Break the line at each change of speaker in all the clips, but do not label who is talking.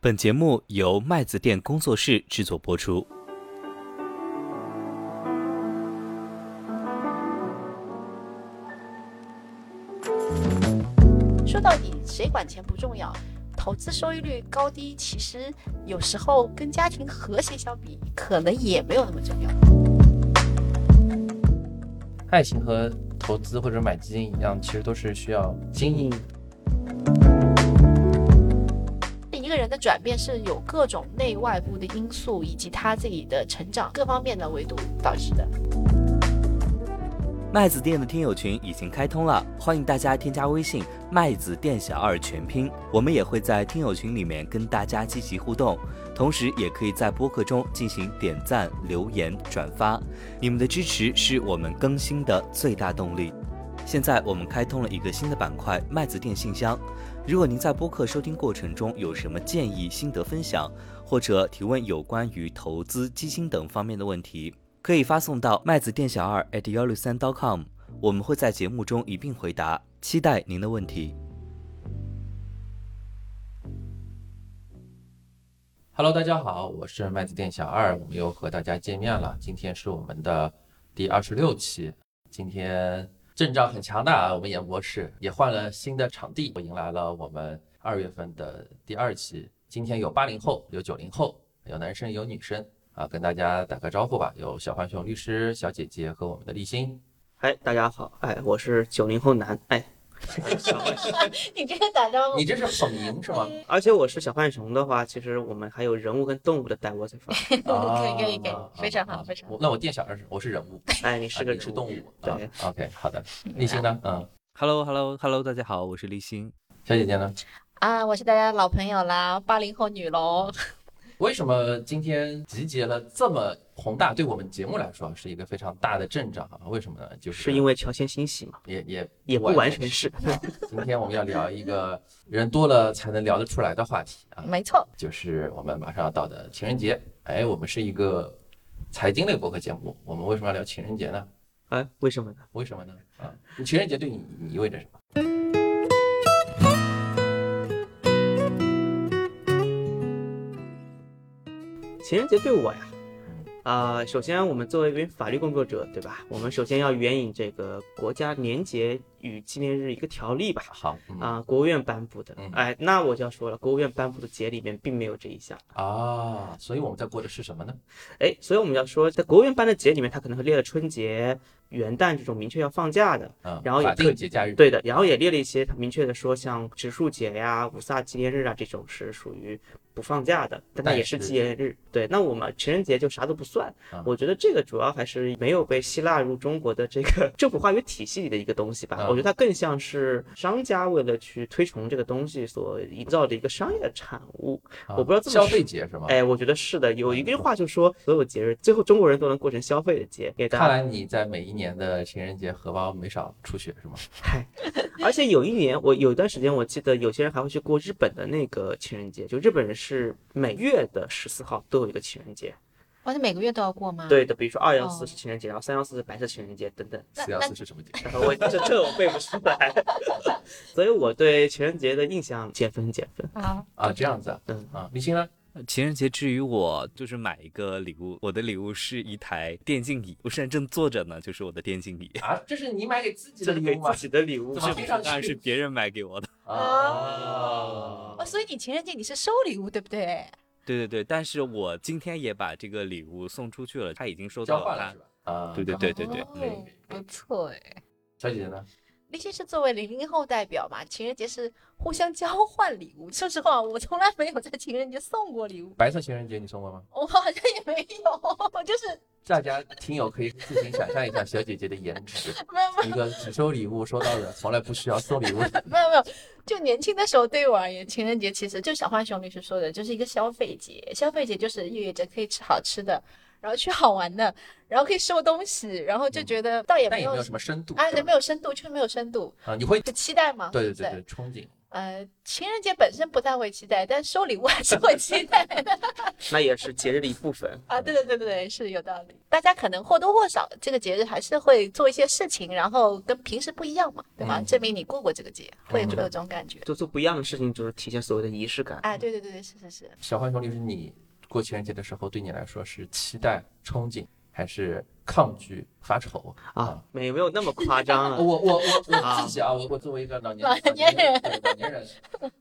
本节目由麦子店工作室制作播出。
说到底，谁管钱不重要，投资收益率高低，其实有时候跟家庭和谐相比，可能也没有那么重要。
爱情和投资或者买基金一样，其实都是需要经营。
一个人的转变是有各种内外部的因素，以及他自己的成长各方面的维度导致的。
麦子店的听友群已经开通了，欢迎大家添加微信“麦子店小二”全拼，我们也会在听友群里面跟大家积极互动，同时也可以在播客中进行点赞、留言、转发，你们的支持是我们更新的最大动力。现在我们开通了一个新的板块——麦子店信箱。如果您在播客收听过程中有什么建议、心得分享，或者提问有关于投资、基金等方面的问题，可以发送到麦子店小二 at 幺六三 .com，我们会在节目中一并回答。期待您的问题。
Hello，大家好，我是麦子店小二，我们又和大家见面了。今天是我们的第二十六期，今天呃阵仗很强大啊，我们演播室也换了新的场地，我迎来了我们二月份的第二期。今天有八零后，有九零后，有男生有女生啊，跟大家打个招呼吧。有小浣熊律师、小姐姐和我们的立新。
哎，大家好，哎，我是九零后男，哎，
你这个打招呼
你，这是捧赢是吗？
而且我是小浣熊的话，其实我们还有人物跟动物的 diversify，
哦
可以可以可以
啊
非常好
啊
非常好
我那我店小二是我是人物，
哎，你 是
啊
个
你是
人
动物。啊
对，
OK，好的。立新呢？嗯，
h e l l o h e l l o h e l l o 大家好，我是立新。
小姐姐呢？
啊，我是大家的老朋友啦，八零后女龙。
为什么今天集结了这么宏大？对我们节目来说是一个非常大的阵仗啊？为什么呢？就是
是因为乔迁新喜嘛，
也也
也不完全是。
今天我们要聊一个人多了才能聊得出来的话题啊，
没错，
就是我们马上要到的情人节。哎，我们是一个财经类博客节目，我们为什么要聊情人节呢？
哎，为什么呢？
为什么呢？啊，情人节对你你意味着什么？
情人节对我呀，
嗯
啊、首先我们作为一名法律工作者，对吧？我们首先要援引这个国家年节与纪念日一个条例吧，
好，嗯
啊、国务院颁布的
嗯。
哎，那我就要说了，国务院颁布的节里面并没有这一项。
啊，所以我们在过的是什么呢？
哎，所以我们要说，在国务院颁的节里面，它可能会列了春节、元旦这种明确要放假的，
嗯，
然后也
法定节假日，
对的。然后也列了一些明确的说，像植树节呀、五卅纪念日啊这种是属于不放假的，但它
但
也
是
是纪念日。对，那我们情人节就啥都不算
啊。
我觉得这个主要还是没有被吸纳入中国的这个 政府话语体系里的一个东西吧。
啊
我觉得它更像是商家为了去推崇这个东西所营造的一个商业产物。
啊
我不知道这么
消
说
费节是吗？
哎，我觉得是的。有一句话就说，所有节日最后中国人都能过成消费的节，给大
看
家。
来你在每一年的情人节荷包没少出血 是吗？
嗨，而且有一年，我有一段时间，我记得有些人还会去过日本的那个情人节，就日本人是每月的十四号都有一个情人节。
哇，你每个月都要过吗？，
对的，比如说二幺四
哦
是情人节，然后三幺四是白色情人节等等。
那
四幺四是什么节？
然后我这这我背不出来， 所以我对情人节的印象减分减分。
啊，
啊， 这样子啊，
嗯
啊，立新呢？
呃情人节至于我就是买一个礼物，我的礼物是一台电竞椅，我现在正坐着呢，就是我的电竞椅。
啊，这是你买给自己
这
的
是
礼
给
物吗
自？己的礼物啊
怎
是
么
吗？
听上
当然是
去
别人买给我的。
啊
哦，所以你情人节你是收礼物对不对？
对对对，但是我今天也把这个礼物送出去了，他已经收
交
到
换
了
了
他
是。吧？啊，
对对对对对
哦
嗯
不错哎。
小姐姐呢？
毕竟是作为零零后代表嘛，情人节是互相交换礼物。说实话，我从来没有在情人节送过礼物，
白色情人节你送过 吗？
我好像也没有，我就是
大家听友可以自行想象一下小姐姐的颜值，
没有没有
一个只收礼物收到的，从来不需要送礼物的。
没有没有，就年轻的时候，对我而言，情人节其实就小浣熊律师说的，就是一个消费节。消费节就是意味着可以吃好吃的，然后去好玩的，然后可以收东西，然后就觉得倒也
嗯但
没
也
有
没有什么深度，
哎，
是
对，
吧
没有深度，就是没有深度，
啊，你会
就期待嘛。
对对
对
对对，憧憬
呃，情人节本身不太会期待，但收礼物还是会期待的。
那也是节日的一部分。
啊，对对对对对，是有道理。大家可能或多或少这个节日还是会做一些事情，然后跟平时不一样嘛，对吧？
嗯
证明你过过这个节，会
嗯
会有这种感觉。
做出不一样的事情，就是体现所谓的仪式感。
哎，对对对对，是是是。
小浣熊律师，你过情人节的时候，对你来说是期待、憧憬，还是抗拒、发愁啊
啊？，没没有那么夸张
我
了。
我我我
啊
自己啊，我我作为一个老年
老年人
对老年人，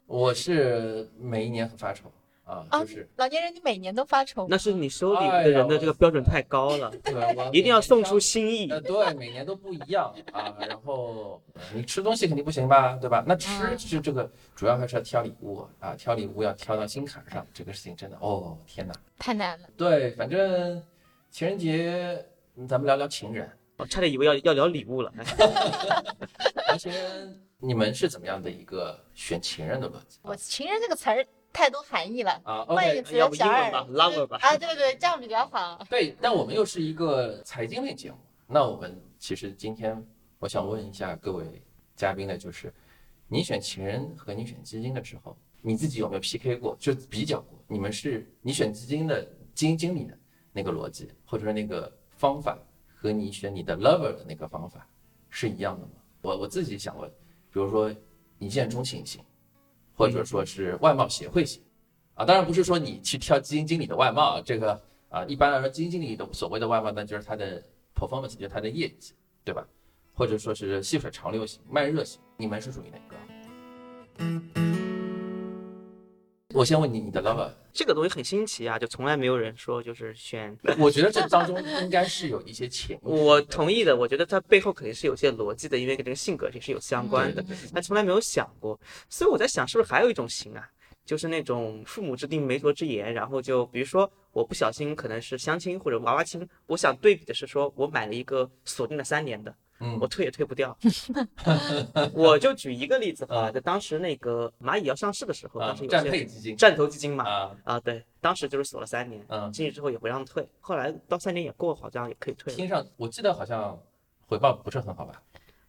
我是每一年很发愁啊，
啊
就是
老年人，你每年都发愁
那
吗？
是你收礼物的人的这个标准太高了，
对我
一定要送出
每年
心意
呃，对，每年都不一样啊。然后呃你吃东西肯定不行吧，对吧？那吃
嗯
是这个主要还是要挑礼物啊，挑礼物要挑到心坎上，这个事情真的哦，天哪！
太难了。
对，反正情人节嗯咱们聊聊情人，
我差点以为要要聊礼物了。哎
聊情人，你们是怎么样的一个选情人的逻辑
我情人这个词儿太多含义了，
啊
换一
？OK，
个词
要不
小
英文
二
吧，lover 吧
啊，对对对，这样比较好。
对，但我们又是一个财经类节目，那我们其实今天我想问一下各位嘉宾的就是，你选情人和你选基金的时候，你自己有没有 PK 过，就比较过？你们是你选基金的基金经理的那个逻辑，或者是那个方法，和你选你的 lover 的那个方法是一样的吗？我我自己想问，比如说一见钟情型，或者说是外貌协会型。啊，当然不是说你去挑基金经理的外貌，这个
嗯
啊，一般来说基金经理的所谓的外貌，那就是他的 performance，就是他的业绩，对吧？或者说是细水长流型、慢热型，你们是属于哪个？我先问你，你的 lover，
这个东西很新奇啊，就从来没有人说就是选。
我觉得这当中应该是有一些潜移
我同意的，我觉得它背后肯定是有些逻辑的，因为跟这个性格也是有相关的
嗯对对，
但从来没有想过。所以我在想，是不是还有一种型啊？就是那种父母之命媒妁之言，然后就比如说我不小心可能是相亲或者娃娃亲，我想对比的是说我买了一个锁定了三年的，
嗯
我退也退 不掉。我就举一个例子哈，就当时那个蚂蚁要上市的时候，
啊
当时，有
战
些
配基金
战投基金嘛，
啊，
啊对，当时就是锁了三年，
嗯，
进去之后也不让退，后来到三年也过，好像也可以退了。
听上我记得好像回报不是很好吧？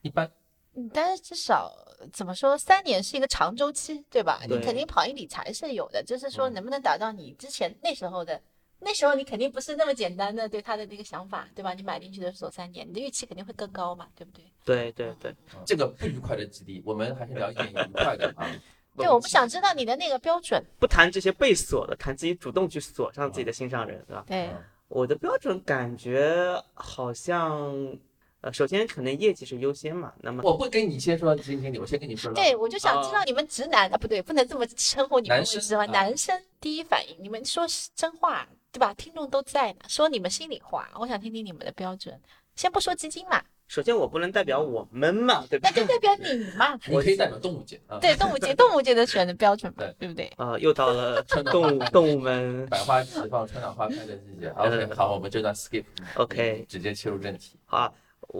一般，
嗯，但是至少怎么说，三年是一个长周期，对吧？
对
你肯定跑赢理财是有的，就是说
嗯
能不能达到你之前那时候的。那时候你肯定不是那么简单的对他的那个想法，对吧？你买进去的时候三年，你的预期肯定会更高嘛，对不对？
对对对，
这个不愉快的基地，我们还是聊一点愉快的啊。
对，我不想知道你的那个标准。
不谈这些被锁的，谈自己主动去锁上自己的心上人，对吧？
对
嗯
我的标准感觉好像，呃，首先可能业绩是优先嘛，那么
我不跟你先说基金经理，我先跟你说 lover。
对，我就想知
啊
道你们直男啊，不对，不能这么称呼你们
男
为
生
直男。
啊
男生第一反应，你们说真话对吧？听众都在呢，说你们心里话，我想听听你们的标准。先不说基金嘛，
首先我不能代表我们嘛，对吧
那？就代表你嘛。
你可以代表动物界啊，
对，动物界，动物界的选的标准嘛
对，
对不对？
呃，又到了
春暖
动物
花开
动物们，
百花齐放、春暖花开的季节。OK，好，我们这段 skip。嗯
OK
直接切入正题
好啊，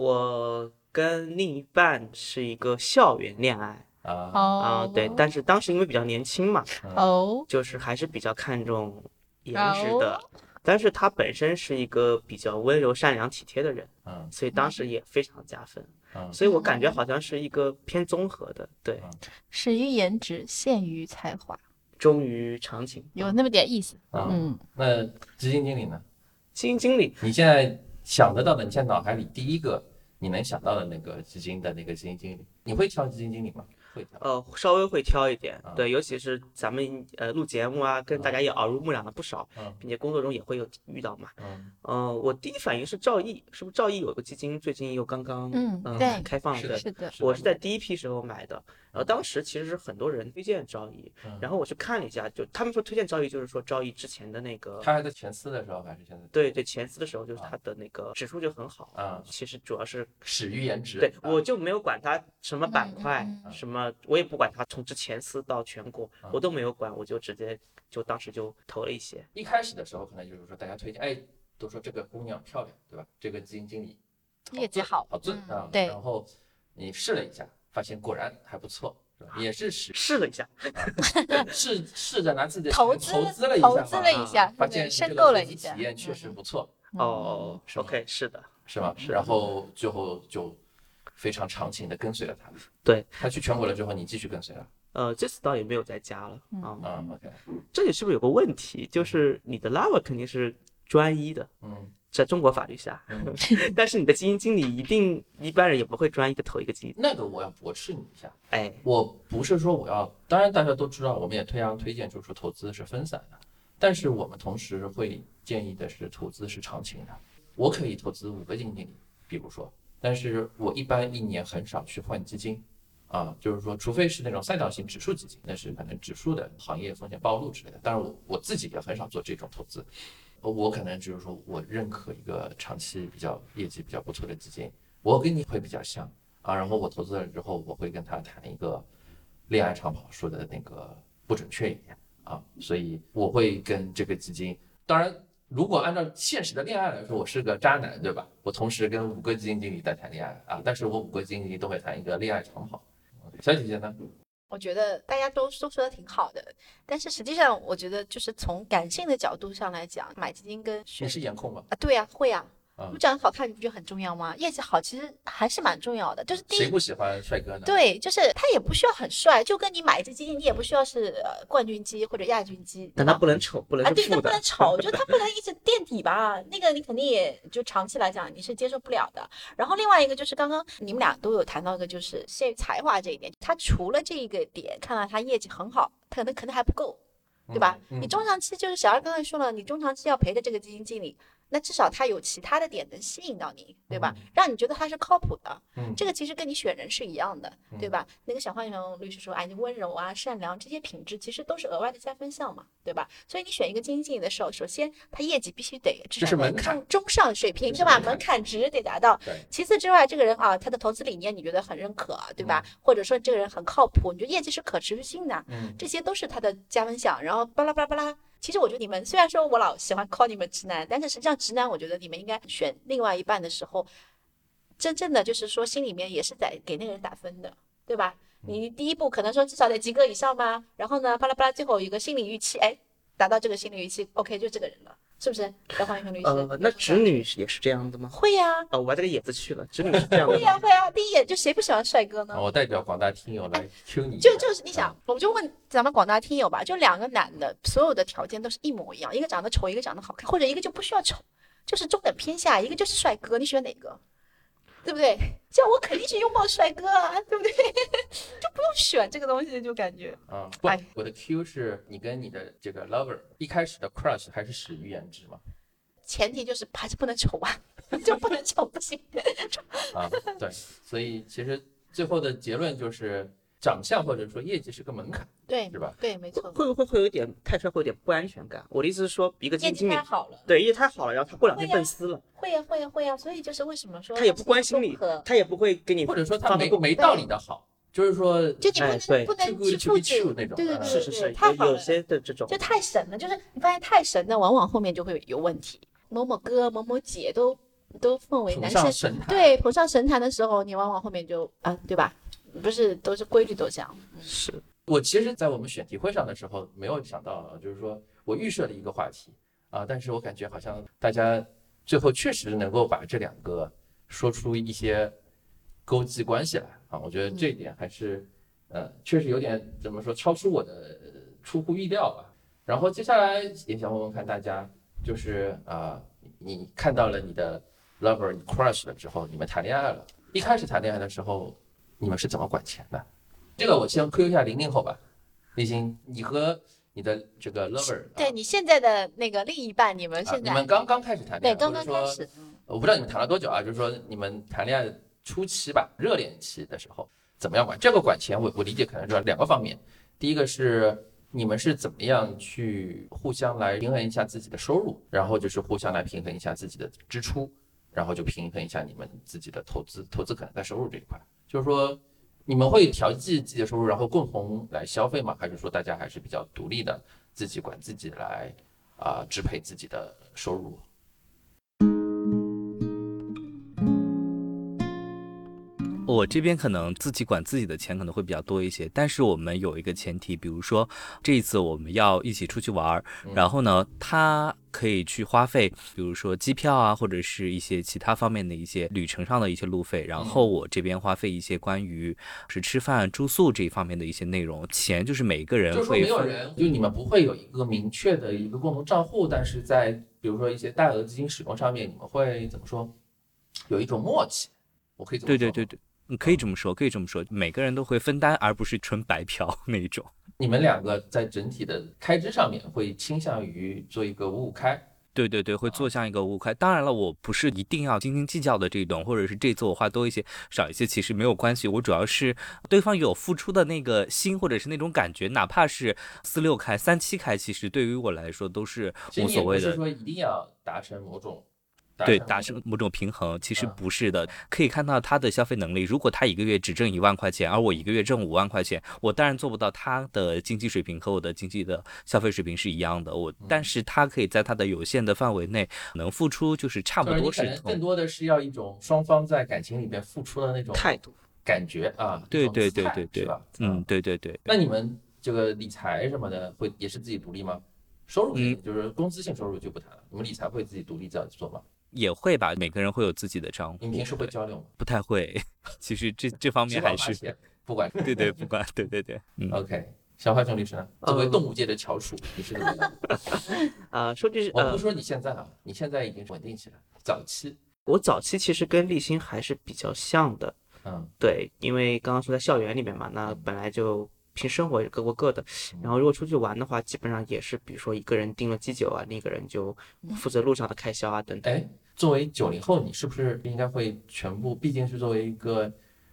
我跟另一半是一个校园恋爱
啊。
啊、
哦，
对，但是当时因为比较年轻嘛，
哦，
就是还是比较看重颜值的
哦，
但是他本身是一个比较温柔、善良、体贴的人，
嗯
所以当时也非常加分。
嗯，
所以我感觉好像是一个偏综合的，对，
啊
始于颜值，陷于才华，
忠于常情。
有那么点意思。
啊
嗯，
那基金经理呢？
基金经理，
你现在想得到的，你现在脑海里第一个你能想到的那个基金的那个基金经理，你会挑基金经理吗？会挑。
呃，稍微会挑一点
啊，
对，尤其是咱们呃录节目啊，跟大家也耳濡目染了不少
嗯，
并且工作中也会有遇到嘛。
嗯，
呃，我第一反应是赵毅，是不是赵毅有个基金最近又刚刚
嗯对
嗯开放了？
是
对
的
是的，
我是在第一批时候买的，然后当时其实是很多人推荐赵毅
嗯，
然后我去看了一下，就他们说推荐赵毅，就是说赵毅之前的那个，
他还在前四的时候，还是现在？
对对，前四的时候就是他的那个指数就很好
啊
其实主要是
始于颜值。
对
啊
我就没有管他什么板块
嗯，
嗯
什么我也不管他从之前四到全国
嗯，
我都没有管，我就直接就当时就投了一些，
一开始的时候，可能就是说大家推荐，哎，都说这个姑娘漂亮，对吧？这个基金经理
业绩好
好尊
嗯
啊。
对
然后你试了一下，发现果然还不错，是
啊
吧？也是 使
试了一下，
试试着拿自己的
投
钱
资
投资了一下
投
嘛，啊
资了一下，
发
对
现这
申
个
购
投
了
资
一下嗯
体，验确实不错，
哦
是吗
，OK，是的，
是吧？然后最后就非常长情的跟随了他。
对
他去全国了之后，你继续跟随了。
呃，这次倒也没有再加了啊。
嗯，OK，
这里是不是有个问题？就是你的 lover 肯定是专一的，
嗯
在中国法律下，
嗯，
但是你的基金经理一定一般人也不会专一的投一个基金。
那个我要驳斥你一下，
哎，
我不是说我要，当然大家都知道，我们也推扬推荐，就是说投资是分散的，但是我们同时会建议的是投资是长情的。我可以投资五个基金经理，比如说，但是我一般一年很少去换基金，啊，就是说，除非是那种赛道型指数基金，那是可能指数的行业风险暴露之类的。当然我，我自己也很少做这种投资，呃我可能就是说我认可一个长期比较业绩比较不错的基金，我跟你会比较像。啊，然后我投资了之后，我会跟他谈一个恋爱长跑说的那个不准确一点啊，所以我会跟这个基金，当然。如果按照现实的恋爱来说，我是个渣男，对吧？我同时跟五个基金经理在谈恋爱啊，但是我五个基金经理都会谈一个恋爱长跑。小姐姐呢？
我觉得大家都都说的挺好的，但是实际上，我觉得就是从感性的角度上来讲，买基金跟
你
选
是颜控吧？
啊，对呀、会呀、
啊
你长得好看，你不觉得很重要吗？业绩好其实还是蛮重要的，就是第
谁
一。
不喜欢帅哥呢？
对，就是他也不需要很帅，就跟你买一只基金，你也不需要是呃冠军基或者亚军基，
但
对
他
吧
不能丑，不能
啊，
是
对，他
负
不
的
能。丑，就他不能一直垫底吧，那个你肯定也就长期来讲你是接受不了的。然后另外一个就是刚刚你们俩都有谈到一个，就是限于才华这一点，他除了这一个点，看到他业绩很好，他可能可能还不够，
嗯，
对吧？
嗯
你中长期就是小二刚才说了，你中长期要陪着这个基金经理，那至少他有其他的点能吸引到你，对吧？让你觉得他是靠谱的。
嗯
这个其实跟你选人是一样的，对吧？那个小浣熊律师说，哎，你温柔啊、善良这些品质其实都是额外的加分项嘛，对吧？所以你选一个基金经理的时候，首先他业绩必须得至
这
少
是
能
门槛
中中上水平，
这
对
是
吧？
门槛
门槛值得达到。
对，
其次之外，这个人啊，他的投资理念你觉得很认可，对吧？或者说这个人很靠谱，你觉得业绩是可持续性的，
嗯，
这些都是他的加分项。然后巴拉巴拉巴拉。其实我觉得你们虽然说我老喜欢 call 你们直男，但是实际上直男，我觉得你们应该选另外一半的时候，真正的就是说心里面也是在给那个人打分的，对吧？你第一步可能说至少得及格以上吧，然后呢，巴拉巴拉，最后有一个心理预期，哎，达到这个心理预期，OK，就这个人了，是不是？小黄熊律师，
呃，那直女是也是这样的吗？
会呀、
哦，我把这个野子去了，直女是这样的
会呀、
吗？
会呀、第一眼就谁不喜欢帅哥呢
啊？我代表广大听友来 Q 你一下，
哎就就是你想
啊，，
我们就问咱们广大听友吧，就两个男的，所有的条件都是一模一样，一个长得丑，一个长得好看，或者一个就不需要丑，就是中等偏下，一个就是帅哥，你选哪个？对不对？像我肯定是拥抱帅哥啊，对不 对？就不用选这个东西，就感觉
啊，不
哎，
我的 Q 是你跟你的这个 lover 一开始的 crush 还是始于颜值嘛？
前提就是还是不能丑啊， 就不能丑不行。
啊，对，所以其实最后的结论就是，长相或者说业绩是个门槛，
对
是吧？
对，没错，
会不会会有点太帅，会有点不安全感？我的意思是说，一个基
业
金
绩
经理
太好了，
对，因为他好了，然后他过两天
会呀
笨丝了，
会呀、会呀、会呀、所以就是为什么说
他也不关心
是一
你
个综合，
他也不会给你
或者说他
放得
没
过
没道理的好，就是说，
就你不能、
哎对
不能
这
去
个
复制
to be true 那种
对对对对，
嗯
啊是是是，
对太
有
好了
有。些的这种
就太神了，就是你发现太神的，往往后面就会有问题。某某哥、某某姐都都奉为
崇
男
尚
神，
神坛，
对，捧上神坛的时候，你往往后面就啊，对吧？不是都是规律都这样，
是
我其实，在我们选题会上的时候，没有想到，啊就是说我预设了一个话题啊，但是我感觉好像大家最后确实能够把这两个说出一些勾稽关系来啊，我觉得这一点还是，呃，确实有点怎么说，超出我的呃出乎意料吧。然后接下来也想问问看大家，就是啊、你看到了你的 lover、你 crush 了之后，你们谈恋爱了，一开始谈恋爱的时候，你们是怎么管钱的？这个我先 Q 一下零零后吧，立新，你和你的这个 lover，啊、
对你现在的那个另一半，你们
啊
现
你
在、
们刚刚开始谈恋
对
爱，
刚刚
或
开
者说
始，
我不知道你们谈了多久啊，就是说你们谈恋爱的初期吧，热恋期的时候怎么样管？这个管钱我，我理解可能是两个方面，第一个是你们是怎么样去互相来平衡一下自己的收入，然后就是互相来平衡一下自己的支出，然后就平衡一下你们自己的投资，投资可能在收入这一块，就是说。你们会调剂自己的收入，然后共同来消费吗？还是说大家还是比较独立的，自己管自己来啊、支配自己的收入？
我我这边可能自己管自己的钱可能会比较多一些，但是我们有一个前提，比如说这一次我们要一起出去玩儿，
嗯
然后呢，他可以去花费，比如说机票啊，或者是一些其他方面的一些旅程上的一些路费，然
嗯
后我这边花费一些关于是吃饭、住宿这一方面的一些内容，钱就是每个人
就是说
会
没有
分
人，就你们不会有一个明确的一个共同账户，但是在比如说一些大额资金使用上面，你们会怎么说？有一种默契，我可以这么
对
说
对
吗嗯
对对，你可以这么说，可以这么说，每个人都会分担，而不是纯白嫖 那一种。
你们两个在整体的开支上面会倾向于做一个五五开，
对对对，会
啊
做向一个五五开。当然了，我不是一定要斤斤计较的这种，或者是这次我花多一些、少一些，其实没有关系。我主要是对方有付出的那个心，或者是那种感觉，哪怕是四六开、三七开，其实对于我来说都是
其
无
实你也
所
不
谓
是
的。
说一定要达成某种
对，
某
达
种
成某种平衡，其实
嗯
不是的。可以看到他的消费能力，如果他一个月只挣一万块钱，而我一个月挣五万块钱，我当然做不到他的经济水平和我的经济的消费水平是一样的。我，但
嗯
是他可以在他的有限的范围内能付出，就是差不
就是你
多
可
是
能
同
更多的是要一种双方在感情里面付出的那种
态度。
感觉啊，一
对
种
对
姿
对
态
对
是
对
吧？，
嗯，，对对对。
那你们这个理财什么的会也是自己独立吗？收入
嗯
就是工资性收入就不谈了，你们理财会自己独立这样做吗？
也会吧，每个人会有自己的账户。
你们平时
对
会交流吗？
不太会？ 其实这这方
只
面嗯还
管花
是
钱，不管。
对对，不管对对对，嗯，
OK，小花熊律师呢？作为
嗯
动物界的翘楚，你是怎么 样？
啊、说句
我不
呃，
说你现在啊，你现在已经稳定起来，早期，
我早期其实跟立新还是比较像的，
嗯，
对，因为刚刚说在校园里面嘛，那本来就平时生活也各过各的，然后如果出去玩的话，基本上也是，比如说一个人订了鸡酒啊，另一个人就负责路上的开销啊等等。
哎，作为九零后，你是不是应该会全部？毕竟是作为一个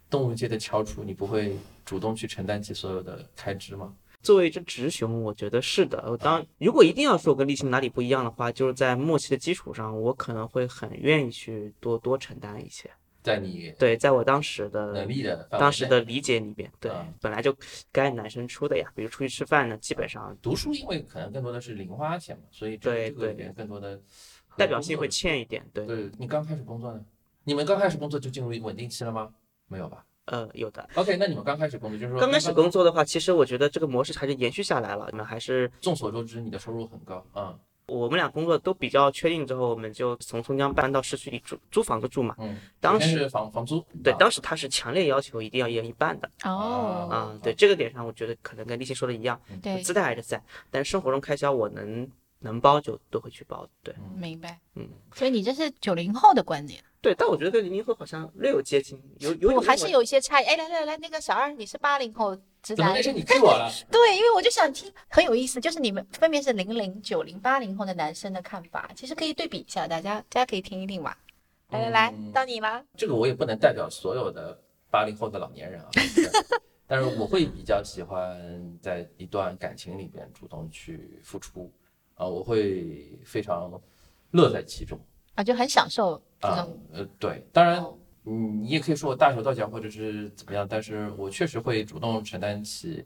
动物界的翘楚，你不会主动去承担起所有的开支吗？
作为一只直熊，我觉得是的。我当如果一定要说我跟立新哪里不一样的话，就是在默契的基础上，我可能会很愿意去多多承担一些。
在你
对，在我当时
能
的
力的范围
当时
内
的理解里面，对
嗯，
本来就该男生出的呀。比如出去吃饭呢，基本上
读书，因为可能更多的是零花钱嘛，所以这
对
这个里
对
面更多的和
代表
工
性
作
会
有
欠一点。对，
嗯对你刚开始工作呢？你们刚开始工作就进入稳定期了吗？没有吧
呃，有的。
？OK，那你们刚开始工作就是说
刚开始工作的话，其实我觉得这个模式还是延续下来了。我们还是
众所周知，你的收入很高，嗯
我们俩工作都比较确定之后，我们就从松江搬到市区里住租房子住嘛。
嗯，
当
首先
时
是房房租，
对，
啊
当时他是强烈要求一定要一人一半的
哦
哦，
啊、对这个点上，我觉得可能跟立新说的一样，
嗯
对，
姿态还是在，但是生活中开销我能能包就都会去包。对
明白。
嗯，
所以你这是九零后的观点，
对，但我觉得跟零零后好像略有接近，有有
我还
点
是有一些差异。哎，来来来，那个小二，你是八零后直
怎么
男
那，是你 Q 我了？
对，因为我就想听，很有意思，就是你们分别是零零、九零、八零后的男生的看法，其实可以对比一下，大家大家可以听一听嘛。来来来，
嗯
到你啦。
这个我也不能代表所有的八零后的老年人啊，对但是我会比较喜欢在一段感情里边主动去付出，啊，我会非常乐在其中
啊，就很享受这
啊
种，
呃，对，当然，嗯，你也可以说我大手大脚或者是怎么样，但是我确实会主动承担起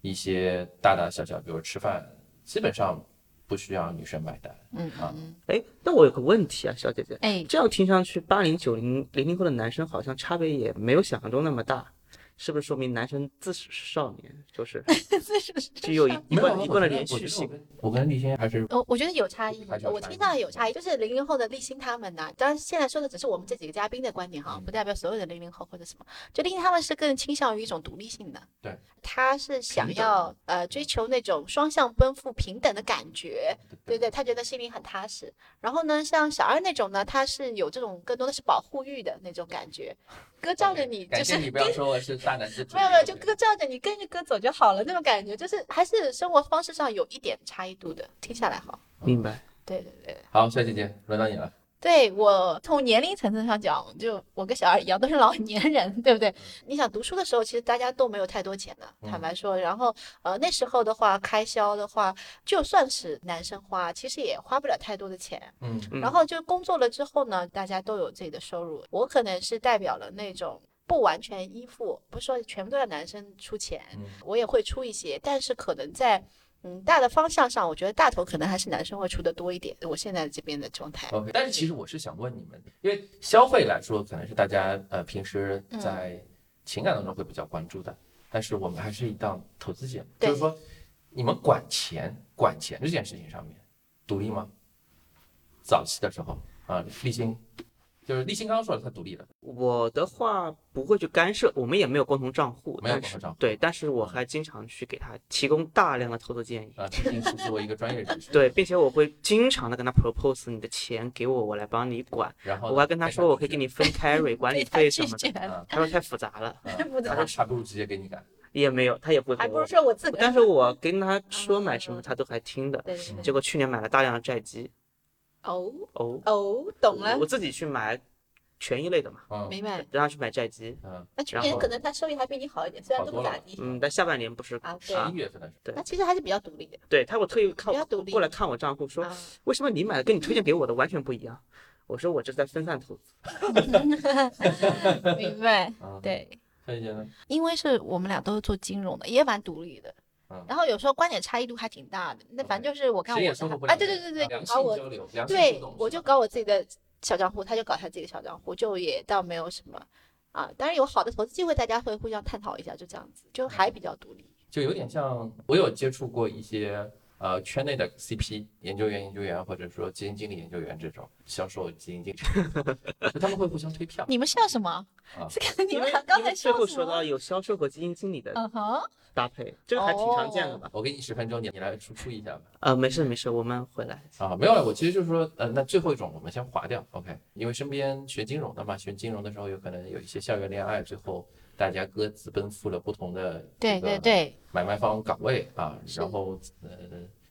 一些大大小小，比如吃饭，基本上不需要女生买单，
嗯
啊
嗯嗯，
哎，那我有个问题啊，小姐姐，
哎，
这样听上去，八零、九零、零零后的男生好像差别也没有想象中那么大，是不是说明男生自始是少年，就是
这是
具有一一贯一贯的连
我觉
续
得我
性？
跟我跟立先还是
我呃我觉得有差异
还是，有
我
差异
听到有差异，就是零零后的立新他们呐、当然现在说的只是我们这几个嘉宾的观点哈，
嗯
不代表所有的零零后或者什么。就立新他们是更倾向于一种独立性的，
对，
他是想
平等
要呃追求那种双向奔赴、平等的感觉，对对，他觉得心里很踏实。然后呢，像小二那种呢，他是有这种更多的是保护欲的那种感 觉，哥罩着你，就
感谢
是
你不
跟
要说我是大男子主义，
没有没有，就哥罩着你，跟着哥走就好了，那种感觉，就是还是生活方式上有一点差异度的。听下来哈，
明白。
对对对。
好，小姐姐，轮到你了。
对我从年龄层次上讲，就我跟小二一样，都是老年人，对不对？你想读书的时候，其实大家都没有太多钱的，
嗯
坦白说。然后，呃，那时候的话，开销的话，就算是男生花，其实也花不了太多的钱。
嗯，
嗯
然后就工作了之后呢，大家都有自己的收入。我可能是代表了那种不完全依附，不是说全部都要男生出钱，
嗯
我也会出一些，但是可能在嗯大的方向上，我觉得大头可能还是男生会出的多一点。我现在这边的状态，嗯
OK，但是其实我是想问你们，因为消费来说，可能是大家呃平时在情感当中会比较关注的。但是我们还是一档投资节目，
对
就是说你们管钱管钱这件事情上面独立吗？早期的时候啊，立新就是立新刚说了他独立了，
我的话不会去干涉，我们也没有共同账户，
没有
但
共同
是
账户
对，但是我还经常去给他提供大量的投资建议，
啊，毕竟是作为一个专业人士，
对，并且我会经常的跟他 propose 你的钱给我，我来帮你管，
然后
我还跟他说我可以给
你，
你分 carry 管理
被
费
他
什
拒绝
么的，
了，
啊
他说太复杂了，
啊
哎 不
他说还不如直接给你干，
也没有，他也不会
还
给
不如
我，
说我自个儿。
但是我跟他说买什
嗯
么，他都还听的。
对对
结
对，
果去年买了大量的债基，
哦
哦，
哦，懂了
我，自己去买权益类的嘛，
嗯
明白。
让他去买债基。
嗯，
那去
然
年
后
可能他收益还比你好一点，虽然
好
都不
多
咋
了
地。
嗯，但下半年不是
啊，对
十，一月份的时
对
那其实还是比较独立的。
对他，我特意看
比较独立
过来看我账户，说
啊，
为什么你买的跟你推荐给我的完全不一样？我说我这是在分散投资，
明白。
候，嗯，
对，
崔姐呢，
因为是我们俩都是做金融的，也蛮独立的
嗯。
然后有时候观点差异度还挺大的，那反正就是我看
谁
我
也
的
说服不了
啊，
谁，
对对对对，
良
然
性
后我
交流，良性
对
互动
我
是
就
吧
搞我自己的小账户，他就搞他自己的小账户，就也倒没有什么啊。当然有好的投资机会，大家会互相探讨一下，就这样子，就还比较独立。
就有点像我有接触过一些呃圈内的 CP 研究员、研究员或者说基金经理、研究员这种销售基金经理， 就他们会互相推票
你们像什么
啊？
是看你
因
们
为
俩刚
因为
才
最后
什
说到
么？
有销售和基金经理的
嗯哦哼，
搭配，这个还挺常见的吧？
我给你十分钟，你你来输出一下吧。
呃，没事没事，我们回来。
啊，没有了，我其实就是说，呃，那最后一种我们先划掉，OK，因为身边学金融的嘛，学金融的时候有可能有一些校园恋爱，最后大家各自奔赴了不同的
对
这个
对对，
买卖方岗位啊，
是
然后呃，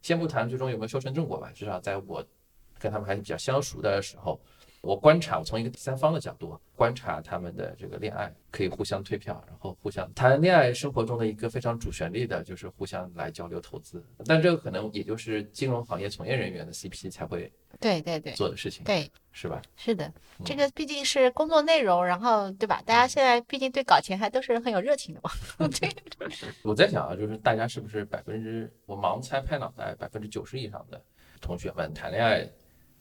先不谈最终有没有修成正果吧，至少在我跟他们还是比较相熟的时候，我观察，我从一个第三方的角度观察他们的这个恋爱，可以互相退票，然后互相谈恋爱生活中的一个非常主旋律的就是互相来交流投资，但这个可能也就是金融行业从业人员的 CP 才会
对对对
做的事情，
对，
是吧？
是的，这
嗯
个毕竟是工作内容，然后对吧？大家现在毕竟对搞钱还都是很有热情的嘛。对，
我在想啊，就是大家是不是百分之我盲猜拍脑袋百分之九十以上的同学们谈恋爱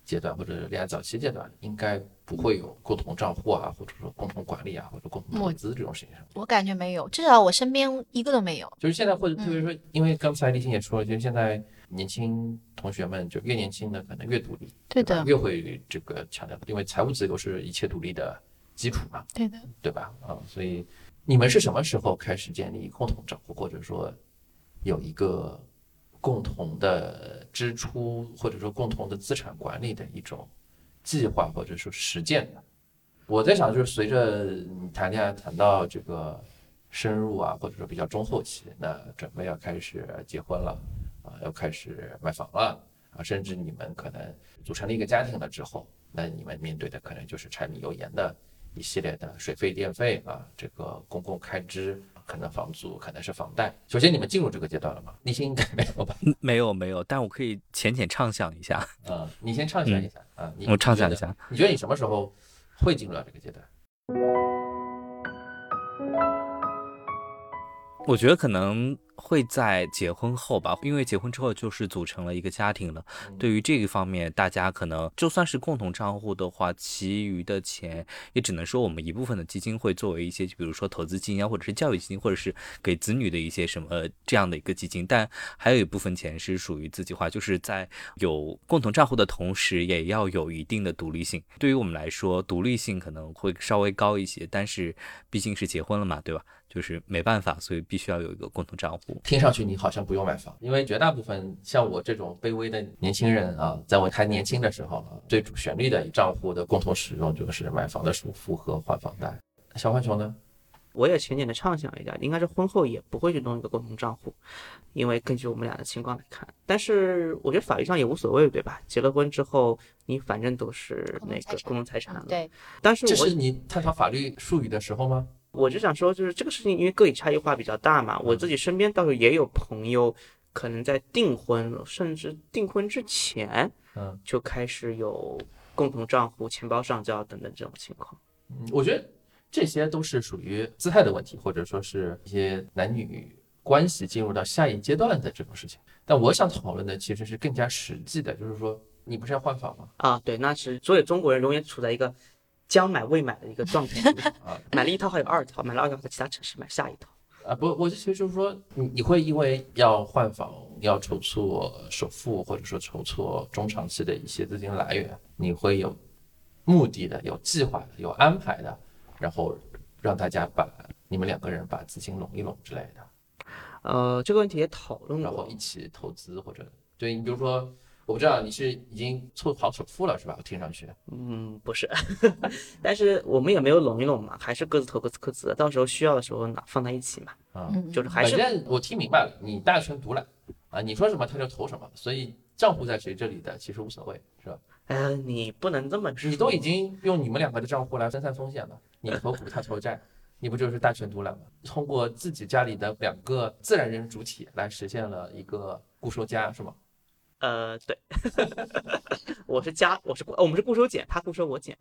阶段或者是恋爱早期阶段，应该不会有共同账户啊，或者说共同管理啊，或者共同投资这种事情上。
我感觉没有，至少我身边一个都没有。
就是现在或者特别说，因为刚才李欣也说了，就是现在年轻同学们就越年轻的可能越独立，
对
吧
的，
越会这个强调，因为财务自由是一切独立的基础嘛，
对的。
对吧？啊，所以你们是什么时候开始建立共同账户，或者说有一个共同的支出，或者说共同的资产管理的一种计划，或者说实践的？我在想，就是随着你谈恋爱谈到这个深入啊，或者说比较中后期，那准备要开始结婚了啊，要开始买房了啊，甚至你们可能组成了一个家庭了之后，那你们面对的可能就是柴米油盐的一系列的水费、电费啊，这个公共开支，可能房租，可能是房贷。首先，你们进入这个阶段了吗？立新应该没有吧？
嗯没有没有，但我可以浅浅畅想一下，
啊，你先畅想一下啊，你
嗯我畅想一，下，
你觉得你什么时候会进入到这个阶段？
我觉得可能会在结婚后吧，因为结婚之后就是组成了一个家庭了。
嗯
对于这一方面，大家可能就算是共同账户的话，其余的钱也只能说我们一部分的基金会作为一些，比如说投资基金啊，或者是教育基金，或者是给子女的一些什么呃这样的一个基金，但还有一部分钱是属于自己花，就是在有共同账户的同时，也要有一定的独立性。对于我们来说，独立性可能会稍微高一些，但是毕竟是结婚了嘛，对吧？就是没办法，所以必须要有一个共同账户。
听上去你好像不用买房，因为绝大部分像我这种卑微的年轻人啊，在我还年轻的时候啊，最主旋律的账户的共同使用就是买房的首付和还房贷。小浣熊呢？
我也浅浅的畅想一下，应该是婚后也不会去弄一个共同账户，因为根据我们俩的情况来看，但是我觉得法律上也无所谓，对吧？结了婚之后，你反正都是
共同
那
财
个
产嗯
共同财产了。
对，
但是
这
我
是你探讨法律术语的时候吗？
我就想说，就是这个事情，因为个体差异化比较大嘛，
嗯
我自己身边倒是也有朋友，可能在订婚，甚至订婚之前
嗯，
就开始有共同账户、钱包上交等等这种情况。
嗯我觉得这些都是属于姿态的问题，或者说是一些男女关系进入到下一阶段的这种事情。但我想讨论的其实是更加实际的，就是说你不是要换房吗？
啊，对，那是所有中国人永远处在一个将买未买的一个状态
啊，
买了一套还有二套，买了二套在其他城市买下一套。
啊，不，我就其实就是说，你你会因为要换房，要筹措首付，或者说筹措中长期的一些资金来源，你会有目的的、有计划的、有安排的，然后让大家把你们两个人把资金拢一拢之类的，
呃，这个问题也讨论
然后
过
一，起投资或者对你比如说，我不知道你是已经凑好首付了是吧？我听上去
嗯，不是， 但是我们也没有拢一拢嘛，还是各自投各自各自的，到时候需要的时候拿放在一起嘛，
啊，
就是还
反
是
正我听明白了，你大权独揽啊，你说什么他就投什么，所以账户在谁这里的其实无所谓是吧？
呃，你不能这么说，
你都已经用你们两个的账户来分散风险了，你投股他投债，你不就是大权独揽吗？通过自己家里的两个自然人主体来实现了一个固收加，是吗？
呃，对， 我是加，我是固，呃我们是固收减，他固收我减，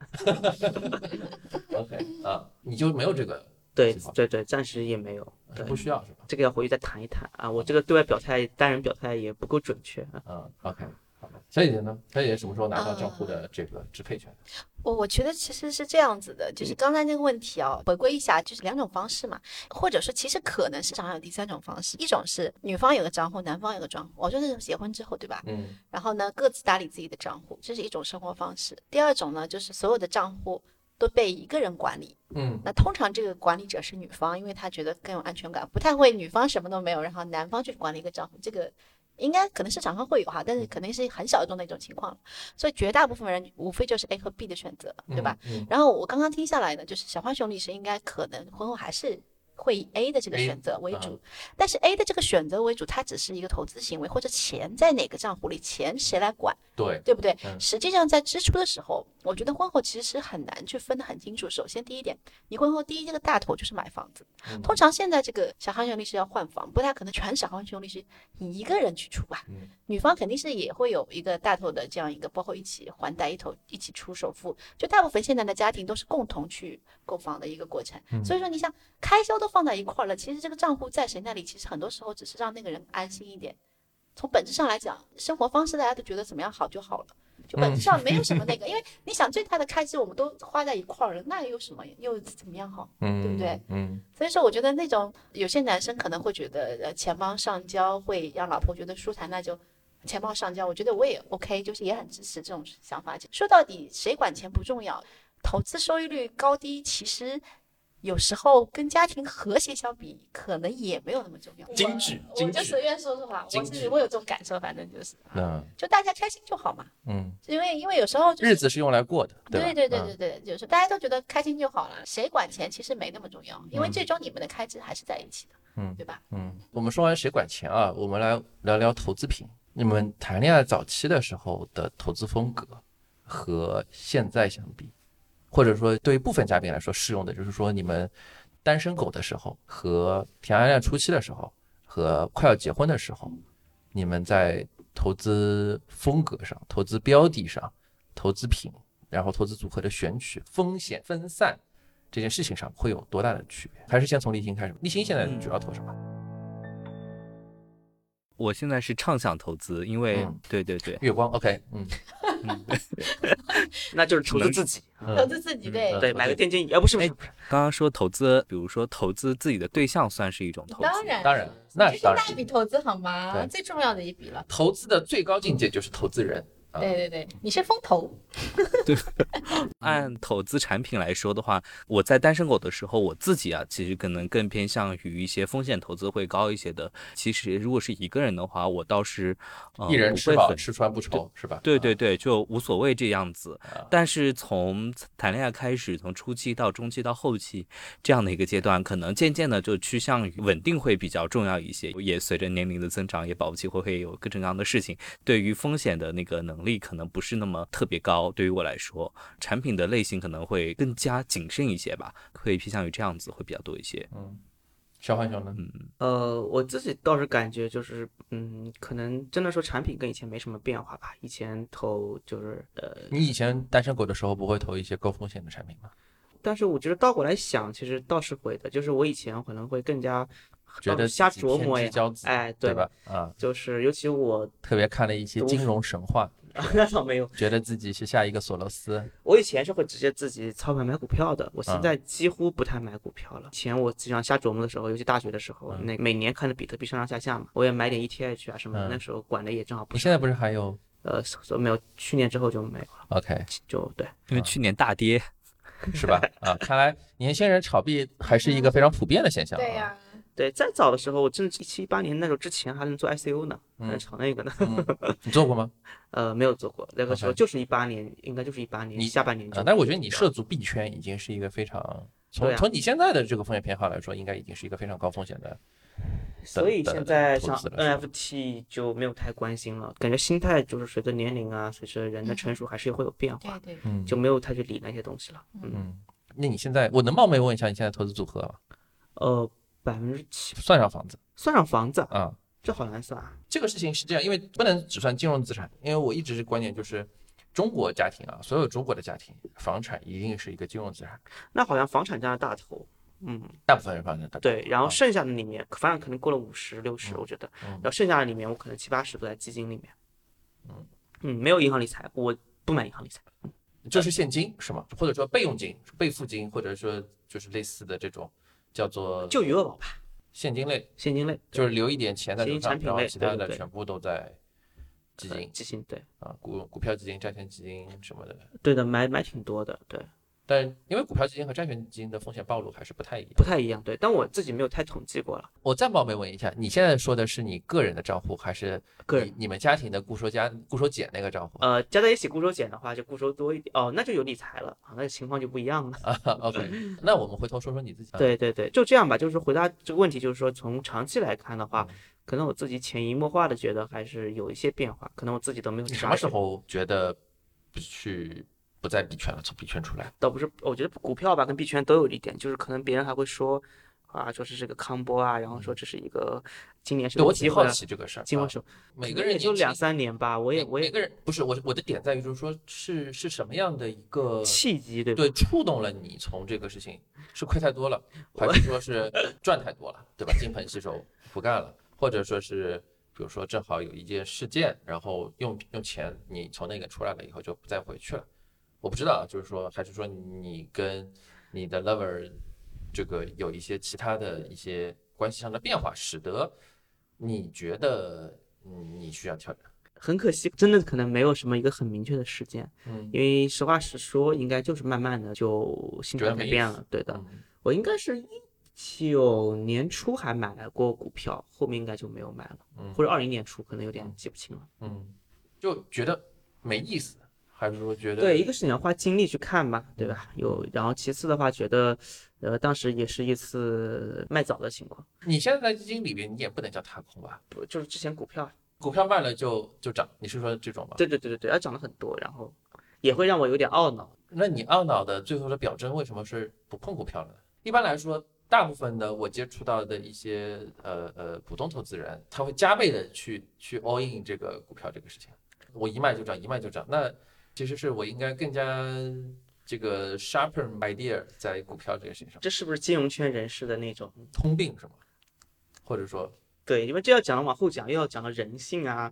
？OK，啊，你就没有这个，
对
是吧哎
对对，暂时也没有，对，
不需要是吧？
这个要回去再谈一谈啊，我这个对外表态，单人表态也不够准确啊。
嗯，OK，好的。小姐姐呢？小姐姐什么时候拿
呃
到账户的这个支配权？
我我觉得其实是这样子的，就是刚才那个问题啊，回归一下，就是两种方式嘛，或者说其实可能市场上有第三种方式，一种是女方有个账户，男方有个账户，我说这是结婚之后对吧？
嗯，
然后呢各自打理自己的账户，这是一种生活方式。第二种呢，就是所有的账户都被一个人管理，
嗯，
那通常这个管理者是女方，因为她觉得更有安全感，不太会女方什么都没有，然后男方去管理一个账户，这个应该可能市场上会有哈，但
嗯
是肯定是很小众的一种情况了。所以绝大部分人无非就是 A 和 B 的选择，对吧？
嗯？
然后我刚刚听下来呢，就是小浣熊律师应该可能婚后还是会以 A 的这个
A，
选择为主
嗯，
但是 A 的这个选择为主，它只是一个投资行为，或者钱在哪个账户里，钱谁来管？
嗯，对，
对不对？
嗯
实际上在支出的时候，我觉得婚后其实是很难去分得很清楚。首先第一点，你婚后第一这个大头就是买房子，
嗯
通常现在这个小浣熊律师要换房，不太可能全小浣熊律师你一个人去出吧，
嗯
女方肯定是也会有一个大头的这样一个，包括一起还贷、一头一起出首付，就大部分现在的家庭都是共同去购房的一个过程。
嗯
所以说你想开销都放在一块儿了，其实这个账户在谁那里，其实很多时候只是让那个人安心一点。从本质上来讲，生活方式大家都觉得怎么样好就好了，就本质上没有什么那个，因为你想最大的开支我们都花在一块儿了，那又什么又怎么样好？
嗯
对不对？
嗯
所以说，我觉得那种有些男生可能会觉得，呃，钱包上交会让老婆觉得舒坦，那就钱包上交。我觉得我也 OK，就是也很支持这种想法。说到底，谁管钱不重要，投资收益率高低其实有时候跟家庭和谐相比，可能也没有那么重要。
精致
我
精
我就
致
随便说说吧，
精
我
致
是我有这种感受，反正就是，
嗯
就大家开心就好嘛。
嗯，
因为因为有时候就是
日子是用来过的，吧？嗯
对对对对对，就是大家都觉得开心就好了，谁管钱其实没那么重要，因为最终你们的开支还是在一起的，
嗯
对吧？
嗯，我们说完谁管钱啊，我们来聊聊投资品。你们谈恋爱早期的时候的投资风格和现在相比，或者说对于部分嘉宾来说适用的，就是说你们单身狗的时候和谈恋爱初期的时候和快要结婚的时候，你们在投资风格上、投资标的上、投资品，然后投资组合的选取、风险分散这件事情上会有多大的区别？还是先从立新开始吧。立新现在主要投什么？
我现在是畅想投资，因为、
嗯
对对对，
月光，OK，嗯，
那就是投资自己，
投资自己对
嗯，
对，
嗯
买个电竞椅，啊，不是不是不是，
刚刚说投资，比如说投资自己的对象算是一种投资，
当然
当然，那
这
是
是
当
大笔
然。
投资好吗？
对
最重要的一笔了。
投资的最高境界就是投资人，啊
对对对，你是风投，
按投资产品来说的话，我在单身狗的时候，我自己啊，其实可能更偏向于一些风险投资会高一些的。其实如果是一个人的话，我倒是、呃、
一人
不
吃
会
饱
很
吃穿不愁，是吧？
对
啊
对，对，就无所谓这样子。但是从谈恋爱开始，从初期到中期到后期这样的一个阶段，可能渐渐的就趋向于稳定会比较重要一些。也随着年龄的增长，也保不齐会会有各种各样的事情，对于风险的那个能力可能不是那么特别高。对于我来说，产品的类型可能会更加谨慎一些吧，会偏向于这样子会比较多一些。
小浣熊呢？
呃，我自己倒是感觉就是，嗯，可能真的说产品跟以前没什么变化吧，以前投就是呃，
你以前单身狗的时候不会投一些高风险的产品吗？
但是我觉得倒过来想，其实倒是会的，就是我以前可能会更加
觉得
呃瞎
自己
琢
天
磨
之
呀
骄子，
哎，
对吧？？啊，
就是尤其我
特别看了一些金融神话，
那倒没有。
觉得自己是下一个索罗斯，
我以前是会直接自己操盘买股票的，我现
嗯
在几乎不太买股票了。以前我经常瞎琢磨的时候，尤其大学的时候，那每年看着比特币上上下下嘛，我也买点 ETH 啊什么
嗯
的，那时候管的也正好不
你
是。
现在不是还有
呃，所没有，去年之后就没有了，
OK
就对。
因为去年大跌，
是吧？啊，看来年轻人炒币还是一个非常普遍的现象。
嗯
啊
对呀、
对，再早的时候，我真的一七一八年那时候之前还能做 ICO 呢，
嗯
还能炒那个呢。
啊，你做过吗？
呃，没有做过，那个时候
OK
就是一八年，应该就是一八年
你
下半年就。
啊，但是我觉得你涉足币圈已经是一个非常
对
从
啊
从你现在的这个风险偏好来说，应该已经是一个非常高风险的。
所以
的
现在
投
像
资来说
NFT 就没有太关心了，感觉心态就是随着年龄啊，随着人的成熟还是会有变化，
对对，
嗯
就没有太去理那些东西了。嗯，
嗯，那你现在我能冒昧问一下你现在投资组合吗？
呃，百分之七
算上房子
算上房子，
啊？
这好难算啊。
这个事情是这样，因为不能只算金融资产，因为我一直是观点就是，中国家庭啊，所有中国的家庭，房产一定是一个金融资产，
那好像房产占了大头，嗯，
大部分人房产大部分
对，然后
啊
剩下的里面，房产可能过了五十、六十，我觉得，
嗯
然后剩下的里面，我可能七八十都在基金里面，嗯没有银行理财，我不买银行理财，
就是现金是吗？或者说备用金、备付金，或者说就是类似的这种叫做
就余额宝吧，
现金类，
现金类，
就是留一点钱在手
现金产
上，
品
然后
类
其他
对对
的
对
全部都在基
呃
金
基金，对，
啊，股股票基金、债券基金什么的。
对的，买买挺多的，对，
但因为股票基金和债券基金的风险暴露还是不太一样。
不太一样，对，但我自己没有太统计过了，
我再冒昧问一下，你现在说的是你个人的账户，还是
个
你
人
你们家庭的固收家固收姐那个账户？
呃，加在一起固收减的话，就固收多一点，哦，那就有理财了，啊，那情况就不一样了。
啊，OK，那我们回头说说你自己。，啊
对对对，就这样吧。就是回答这个问题，就是说从长期来看的话，
嗯
可能我自己潜移默化的觉得还是有一些变化，可能我自己都没有
你
察觉。
什么时候觉得不去不在币圈了，从币圈出来？
倒不是，我觉得股票吧跟币圈都有一点，就是可能别人还会说啊，说是这个康波啊，然后说这是一个今年是
嗯对我
个
挺
机
好
会啊，
奇这个事儿。
机会
啊
手，
每
可
个
能
人
也就
年
两
纪
三年吧。我也
每
我
每
也
个人不是我我的点在于就是说是是什么样的一个
契机对吧？
对触动了你从这个事情是亏太多了，还是说是赚太多了，对吧？金盆洗手不干了，或者说是比如说正好有一件事件，然后用用钱你从那个出来了以后就不再回去了。我不知道啊，就是说还是说你跟你的 lover 这个有一些其他的一些关系上的变化，使得你觉得嗯你需要调整。
很可惜，真的可能没有什么一个很明确的时间，
嗯
因为实话实说，应该就是慢慢的就心
觉
态
得
改
没意
变
思
了。对的，
嗯
我应该是一九年初还买来过股票，后面应该就没有买了，
嗯
或者二零年初可能有点记不清了。
嗯，就觉得没意思，还是说觉得
对，一个是你要花精力去看嘛，对吧？有，然后其次的话，觉得，呃，当时也是一次卖早的情况，
你现在在基金里边，你也不能叫踏空吧？
不就是之前股票啊，
股票卖了就就涨，你是说这种吗？
对对对对对，它啊涨了很多，然后也会让我有点懊恼。
那你懊恼的最后的表征为什么是不碰股票了呢？一般来说，大部分的我接触到的一些呃呃普通投资人，他会加倍的去去 all in 这个股票这个事情，我一卖就涨，一卖就涨。那其实是我应该更加这个 sharpen my idea 在股票这个事情上，
这是不是金融圈人士的那种？
通病是吗？或者说
对，因为这要讲往后讲，又要讲到人性啊、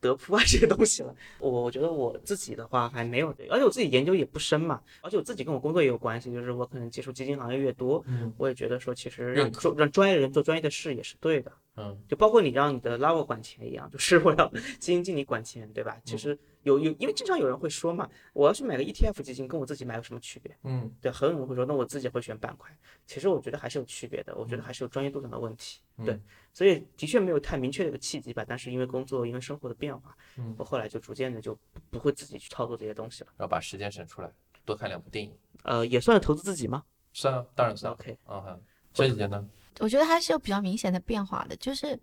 德扑啊这些东西了。我我觉得我自己的话还没有，而且我自己研究也不深嘛，而且我自己跟我工作也有关系，就是我可能接触基金行业越多，
嗯
我也觉得说其实
认
让专让专业的人做专业的事也是对的。
嗯
就包括你让你的拉我管钱一样，就是我要基金经理管钱，对吧？其实有有，因为经常有人会说嘛，我要去买个 ETF 基金，跟我自己买有什么区别？
嗯
对，很有人会说，那我自己会选板块。其实我觉得还是有区别的，我觉得还是有专业度上的问题。对，所以的确没有太明确的一个契机吧，但是因为工作，因为生活的变化，
嗯
我后来就逐渐的就不不会自己去操作这些东西了。
然后把时间省出来，多看两部电影，
呃，也算是投资自己吗
算啊，当然算啊。
？OK，
嗯哼，小姐姐呢？
我觉得还是有比较明显的变化的，就是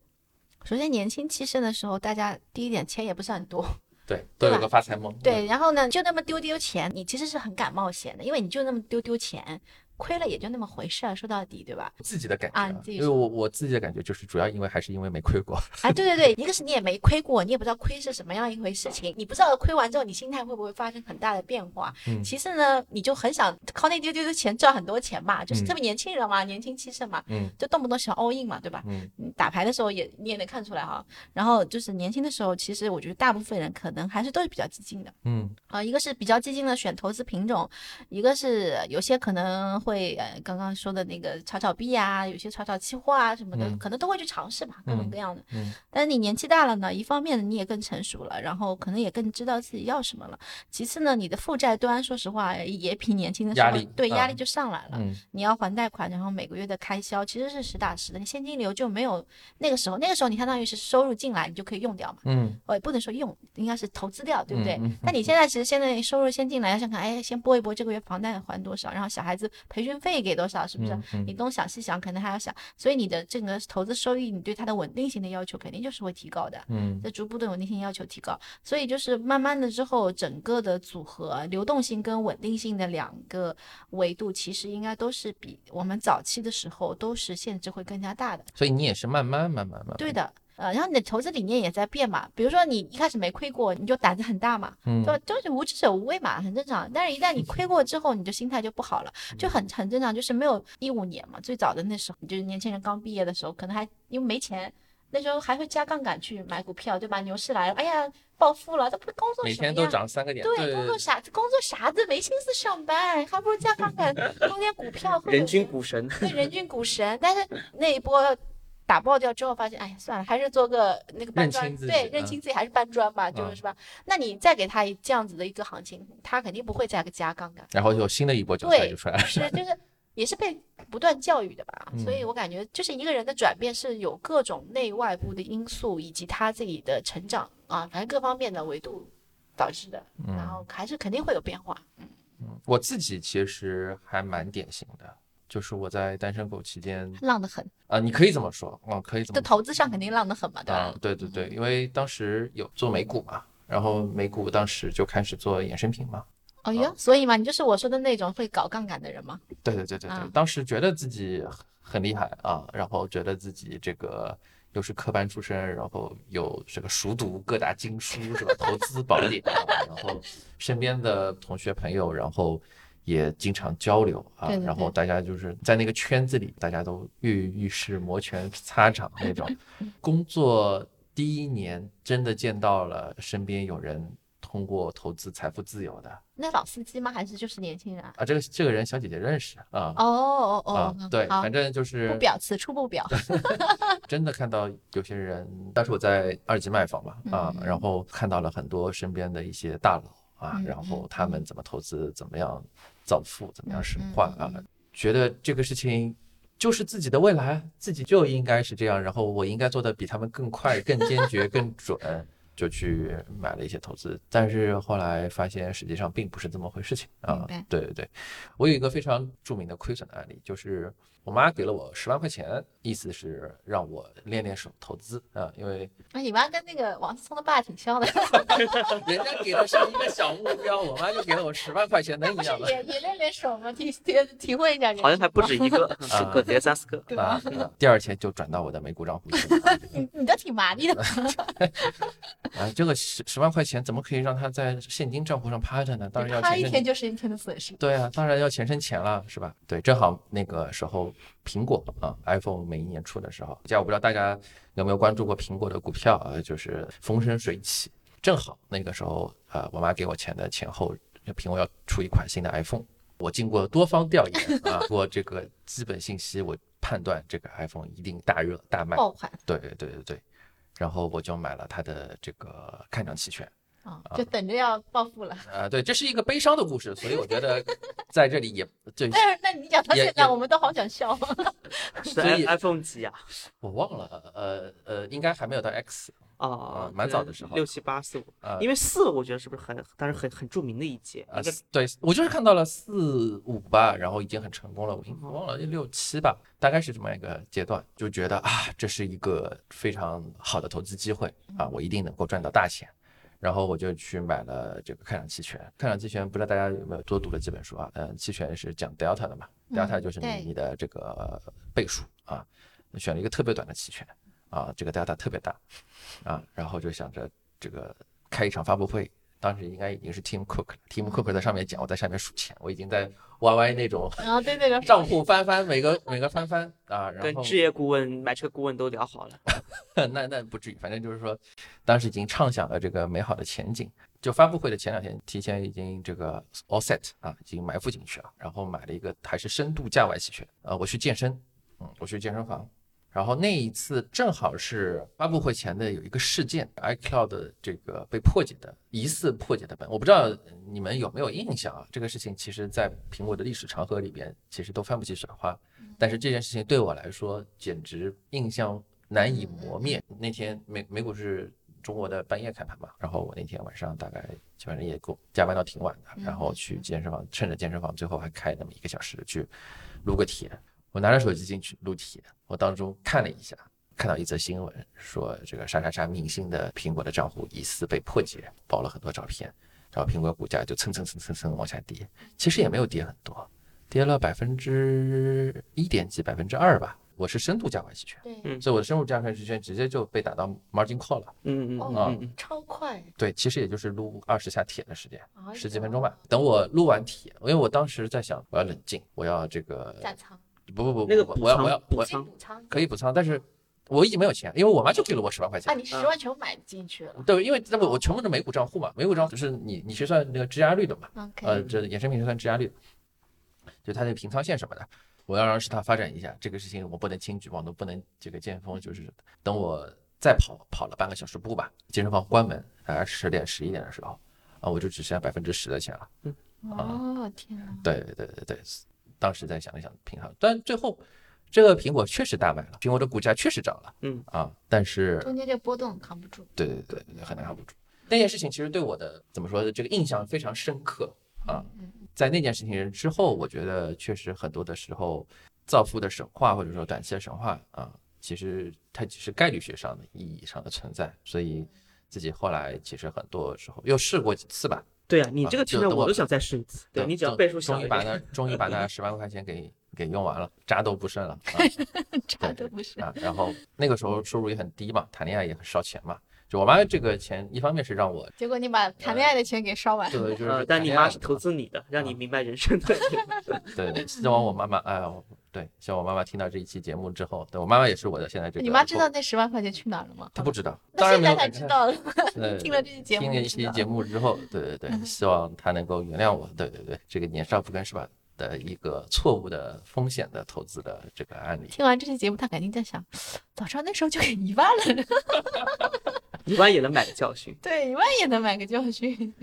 首先年轻气盛的时候，大家第一点钱也不是很多，
对，都
对
有
吧
个发财梦。
对，然后呢，就那么丢丢钱，你其实是很敢冒险的，因为你就那么丢丢钱，亏了也就那么回事儿，说到底，对吧？
自己的感觉
啊
啊
你，自己
因为
说
我我自己的感觉就是主要因为还是因为没亏 过，
哎，对对对，一个是你也没亏过，你也不知道亏是什么样一回事情，你不知道亏完之后你心态会不会发生很大的变化。
嗯
其次呢，你就很想靠那丢丢丢钱赚很多钱嘛，就是
嗯
特别年轻人嘛，年轻气盛嘛，
嗯
就动不动想 all in 嘛，对吧？
嗯
嗯打牌的时候也你也能看出来哈。然后就是年轻的时候，其实我觉得大部分人可能还是都是比较激进的。
嗯
啊、一个是比较激进的选投资品种，一个是有些可能会呃刚刚说的那个炒炒币啊，有些炒炒期货啊什么的，
嗯
可能都会去尝试嘛，各种
嗯
各样的。
嗯
但是你年纪大了呢，一方面你也更成熟了，然后可能也更知道自己要什么了。其次呢，你的负债端说实话也比年轻的时候
压力
对压力
嗯
就上来了。
嗯
你要还贷款，然后每个月的开销其实是实打实的，你现金流就没有那个时候，那个时候你相当于是收入进来，你就可以用掉嘛。
嗯
我也不能说用，应该是投资掉，对不对？
嗯嗯
但你现在其实现在收入先进来，想看，哎，先拨一拨这个月房贷还多少，然后小孩子培训费给多少，是不是？
嗯嗯
你东想西想，可能还要想，所以你的这个投资收益，你对它的稳定性的要求肯定就是会提高的。
嗯
这逐步对稳定性要求提高，所以就是慢慢的之后，整个的组合流动性跟稳定性的两个维度，其实应该都是比我们早期的时候都是限制会更加大的。
所以你也是慢慢慢慢慢慢，
对的，呃，然后你的投资理念也在变嘛，比如说你一开始没亏过，你就胆子很大嘛，
嗯
就就是无知者无畏嘛，很正常。但是，一旦你亏过之后，你的心态就不好了，就很很正常。就是没有一五年嘛，最早的那时候，就是年轻人刚毕业的时候，可能还因为没钱。那时候还会加杠杆去买股票，对吧？牛市来了，哎呀，暴富了，这不工作
每
什么
天都
呀？
涨三个点，
对，工作傻子，工作傻子没心思上班，还不如加杠杆弄点股票，或者
人均
是
股神，
对人均股神，但是那一波打爆掉之后，发现哎算了，还是做个那个搬
嗯认
砖，
清自己
对，认清自己还是搬砖吧，就是
嗯
是吧？那你再给他一这样子的一个行情，他肯定不会再加杠 杆，
然后有新的一波韭菜
对
就出来了，
是就是也是被不断教育的 吧？
嗯
所以我感觉就是一个人的转变是有各种内外部的因素以及他自己的成长啊，反正各方面的维度导致的，
嗯
然后还是肯定会有变化。
我自己其实还蛮典型的，就是我在单身狗期间，
浪得很，
啊，你可以这么说，啊，可以
嗯就
这
嗯
么
投资上肯定浪得很嘛，对吧
啊？，对对对，因为当时有做美股嘛，然后美股当时就开始做衍生品嘛，
哦
嗯
哟，所以嘛，你就是我说的那种会搞杠杆的人嘛。
对对对对对
啊，
当时觉得自己很很厉害啊，然后觉得自己这个又是科班出身，然后又这个熟读各大经书是吧？投资宝典啊，然后身边的同学朋友，然后也经常交流啊，
对对
然后
对
大家就是在那个圈子里，大家都跃跃欲试、摩拳擦掌 那种。工作第一年真的见到了身边有人通过投资财富自由的
那老司机吗？还是就是年轻人啊？
啊，这个这个人小姐姐认识啊。
哦哦哦，
啊
嗯，
对，
好，
反正就
不
是
表，此处不表。
真的看到有些人，当时我在二级卖房嘛，啊，
嗯
然后看到了很多身边的一些大佬啊
嗯，
然
嗯
后他们怎么投资，怎么样造富，怎么样神
嗯
话啊，觉得这个事情就是自己的未来，自己就应该是这样，然后我应该做的比他们更快、更坚决、更准。就去买了一些投资，但是后来发现实际上并不是这么回事情
明
啊
白。
对对对，我有一个非常著名的亏损的案例，就是我妈给了我十万块钱，意思是让我练练手投资啊，因为
那哎你妈跟那个王思聪的爸挺像的，
人家给的是一个小目标，我妈就给了我十万块钱，能一
不 是
样吗？啊
也也练练手吗？ 体体体会一下人生。
好像还不止一 个，十个，得三四个。
啊，啊第二天就转到我的美股账户去了啊
你你都挺麻利
呃
的。
啊，这个十十万块钱怎么可以让他在现金账户上趴着呢？当然要
他
钱
一
生
天就是一天的损失。
对啊，当然要钱生钱了，是吧？对，正好那个时候苹果啊，iPhone 每一年出的时候，这样我不知道大家有没有关注过苹果的股票啊，就是风生水起。正好那个时候，呃，我妈给我钱的前后，苹果要出一款新的 iPhone，我经过多方调研 啊，通过这个基本信息，我判断这个 iPhone 一定大热大卖。
爆款
对对对对对，然后我就买了它的这个看涨期权。
啊，就等着要暴富了。
啊，对，这是一个悲伤的故事，所以我觉得在这里也对，
但是那你讲到
也
现在，
也
我们都好想笑。啊
是
所以
iPhone 几啊？
我忘了，呃呃，应该还没有到 X
哦
啊，蛮早的时候
六七八四五，
啊
因为四我觉得是不是很，当时很很著名的一届，
啊
应该，
对我就是看到了四五吧，然后已经很成功了，我我忘了六七吧，大概是这么一个阶段，就觉得啊，这是一个非常好的投资机会啊，我一定能够赚到大钱。然后我就去买了这个《看涨期权》。《看涨期权》不知道大家有没有多读了这本书啊？嗯，期权是讲 delta 的嘛
嗯
，delta 就是
对
你你的这个倍数啊。选了一个特别短的期权啊，这个 delta 特别大啊，然后就想着这个开一场发布会。当时应该已经是 Tim Cook 了，Tim Cook 在上面讲，我在下面数钱，我已经在 YY 那种
然后对那个
账户翻翻，每个每个翻翻啊，然
跟
后哦
置业顾问、买车顾问都聊好了。
那那不至于，反正就是说，当时已经畅想了这个美好的前景。就发布会的前两天，提前已经这个 all set 啊，已经埋伏进去了，然后买了一个还是深度价外期权。呃，我去健身，嗯，我去健身房，然后那一次正好是发布会前的有一个事件，iCloud 的这个被破解的疑似破解的本，我不知道你们有没有印象啊？这个事情其实在苹果的历史长河里边，其实都翻不起水花，但是这件事情对我来说简直印象难以磨灭。那天美美股是中国的半夜开盘嘛，然后我那天晚上大概反正也够加班到挺晚的，然后去健身房，趁着健身房最后还开那么一个小时去撸个铁。我拿着手机进去撸铁，我当中看了一下，看到一则新闻说这个啥啥啥明星的苹果的账户疑似被破解，爆了很多照片，然后苹果股价就蹭蹭蹭蹭蹭往下跌，其实也没有跌很多，跌了百分之一点几，百分之二吧。我是深度价格期权，
对，
嗯
所以我的深度价格期权直接就被打到 margin call 了。
嗯嗯嗯
啊
哦
嗯嗯，
超快，
对，其实也就是撸二十下铁的时间，
哎
十几
呦
分钟吧。等我撸完铁，因为我当时在想，我要冷静，我要这个
加仓，
不不不，
那个
我
补
我要
仓
我要
补
我
仓
补仓
可以补仓，但是我已经没有钱，因为我妈就给了我十万块
啊，
钱。
你十万全部买进去了
对，因为这不我全部是美股账户嘛，美股账户就是你你是算那个质押率的嘛，呃，
，OK，
这衍生品是算质押率的，就它的平仓线什么的，我要让市场发展一下，这个事情我不能轻举妄动，不能这个见风，就是等我再跑跑了半个小时步吧，健身房关门，大概十点十一点的时候，啊，我就只剩下百分之十的钱了。啊
哦天哪，
对对对对，当时再想一想平衡，但最后这个苹果确实大卖了，苹果的股价确实涨了，
嗯
啊，但是
中间这波动扛不住，
对对对对，很难扛不住。那件事情其实对我的怎么说呢，这个印象非常深刻啊。
嗯
在那件事情之后，我觉得确实很多的时候，造富的神话或者说短期的神话啊，其实它只是概率学上的意义上的存在，所以自己后来其实很多时候又试过几次吧，
对啊，你
啊
这个听
就
了
等
我
我
都想再试一次。对你只要
终
倍数小
终
一
于把
点，
那终于把那十万块钱给给用完了，渣都不剩了啊
差都不是，
啊！然后那个时候收入也很低嘛，谈恋爱也很烧钱嘛。就我妈这个钱，一方面是让 我
结果你
呃
把谈恋爱的钱给烧完
对，就是
呃，
谈
但你
恋
妈
爱
是投资你的，让你
啊
明白人生的
对，
嗯
希望我妈妈，哎、我对，希望我妈妈听到这一期节目之后，对我妈妈也是我的现在这个，
你妈知道，那十万块钱去哪儿了吗？
她不知道，
那现
当然没有
在才知，道了，听了这期节目
听了一
就知
期
道嗯
节目之后，对对对，希望她能够原谅我，对对对，这个年少不更事吧的一个错误的风险的投资的这个案例，
听完这期节目，他肯定在想，早知道那时候就给一万了，
一万也能买个教训。
对，一万也能买个教训。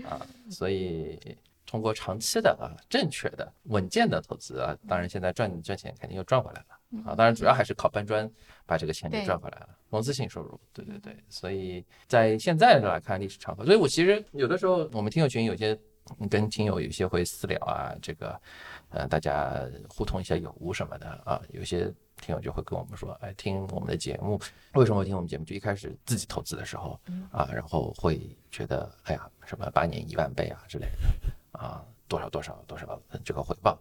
所以。通过长期的啊，正确的、稳健的投资啊，当然现在赚赚钱肯定又赚回来
嗯
了啊。当然主要还是靠搬砖把这个钱给
对
赚回来了，融资性收入。对对对，所以在现在来看历史长河，所以我其实有的时候我们听友群有些嗯跟听友有些会私聊啊，这个呃大家互通一下有无什么的啊，有些。听友就会跟我们说，哎，听我们的节目，为什么会听我们节目？就一开始自己投资的时候啊，然后会觉得，哎呀，什么八年一万倍啊之类的，啊，多少多少多少呃这个回报，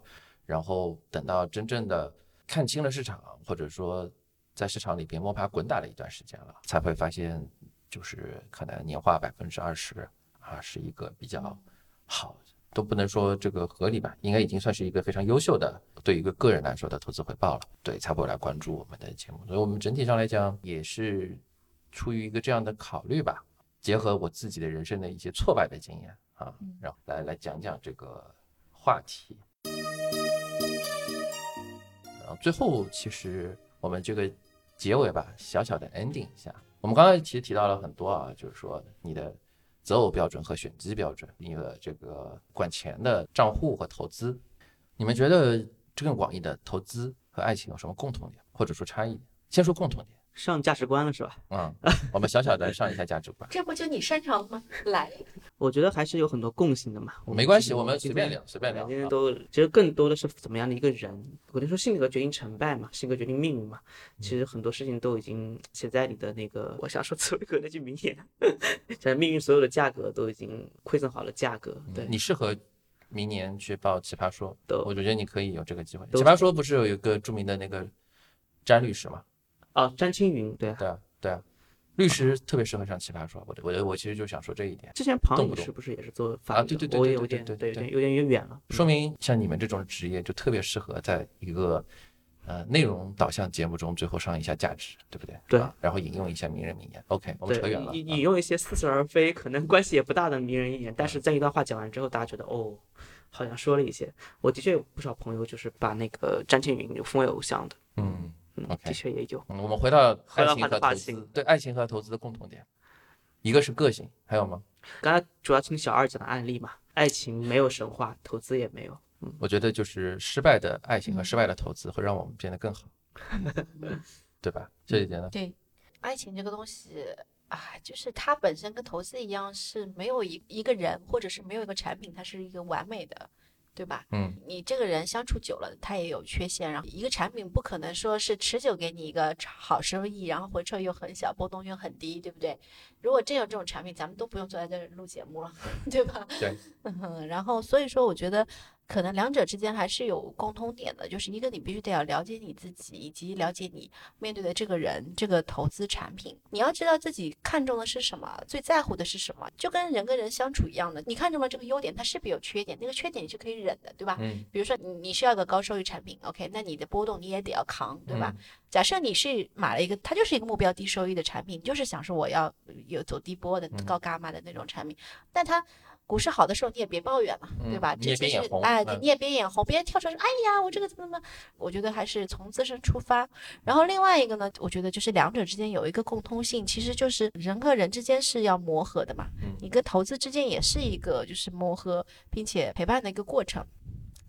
然后等到真正的看清了市场，或者说在市场里边摸爬滚打了一段时间了，才会发现，就是可能年化百分之二十啊，是一个比较好，都不能说这个合理吧，应该已经算是一个非常优秀的，对于一个个人来说的投资回报了，对，才会来关注我们的节目。所以，我们整体上来讲也是出于一个这样的考虑吧，结合我自己的人生的一些挫败的经验啊，然后来来讲讲这个话题。然后最后其实我们这个结尾吧，小小的 ending 一下。我们刚才其实提到了很多啊，就是说你的择偶标准和选基标准，你的这个管钱的账户和投资，你们觉得这更广义的投资和爱情有什么共同点，或者说差异点？先说共同点，
上价值观了是吧？
嗯，我们小小的上一下价值观，
这不就你擅长的吗？来，
我觉得还是有很多共性的嘛。
没关系， 我们随便聊，随便聊。
今天
啊
都其实更多的是怎么样的一个人。我就说性格决定成败嘛，性格决定命运嘛。
嗯
其实很多事情都已经写在你的那个， 我想说茨威格那句名言， 在命运所有的价格都已经馈赠好了价格。对，
嗯你适合明年去报奇葩说，
嗯都
我觉得你可以有这个机会。
都
奇葩说不是有一个著名的那个詹律师嘛？
啊，詹青云，对啊，
对啊，对啊，律师特别适合上奇葩说。我我我其实就想说这一点，
之前庞
动
宇
不动
是不是也是做
啊
法律
对
的？
对对
我
对
也有
对
点
对
对，
对嗯
有
对
点有点远了。
说明像你们这种职业就特别适合在一个呃内容导向节目中最后上一下价值，对不对？
对
啊然后引用一下名人名言。OK，我们
对
扯远了。
引
啊
引用一些似是而非，可能关系也不大的名人一言，
嗯
但是在一段话讲完之后，大家觉得哦，好像说了一些。我的确有不少朋友就是把那个詹青云就奉为偶像的，
嗯
嗯
，OK
的确也有。
嗯，我们回到爱
回到
情
话
和
话
投资
题，
对爱情和投资的共同点，一个是个性，还有吗？
刚才主要听小二讲的案例嘛，爱情没有神话，投资也没有。
我觉得就是失败的爱情和失败的投资会让我们变得更好，对吧？这一点呢，
对，爱情这个东西啊，就是它本身跟投资一样，是没有一一个人或者是没有一个产品，它是一个完美的，对吧？
嗯，
你这个人相处久了，他也有缺陷，然后一个产品不可能说是持久给你一个好收益，然后回撤又很小，波动又很低，对不对？如果真有这种产品，咱们都不用坐在这儿录节目了， 对吧？
对，
嗯，然后所以说，我觉得可能两者之间还是有共通点的，就是一个你必须得要了解你自己，以及了解你面对的这个人、这个投资产品，你要知道自己看重的是什么，最在乎的是什么，就跟人跟人相处一样的，你看中了这个优点，它势必有缺点，那个缺点你是可以忍的，对吧？
嗯
比如说你你需要一个高收益产品，OK，那你的波动你也得要扛，对吧？
嗯
假设你是买了一个，它就是一个目标低收益的产品，你就是想说我要有走低波的
嗯
高伽马的那种产品，那它。股市好的时候你也别抱怨嘛，对
嗯
吧？
你
这
也
就
别眼
是
红
哎，
嗯
你也别眼红，别跳出来说哎呀，我这个怎么怎么。我觉得还是从自身出发。然后另外一个呢，我觉得就是两者之间有一个共通性，其实就是人和人之间是要磨合的嘛。
嗯
你跟投资之间也是一个就是磨合并且陪伴的一个过程。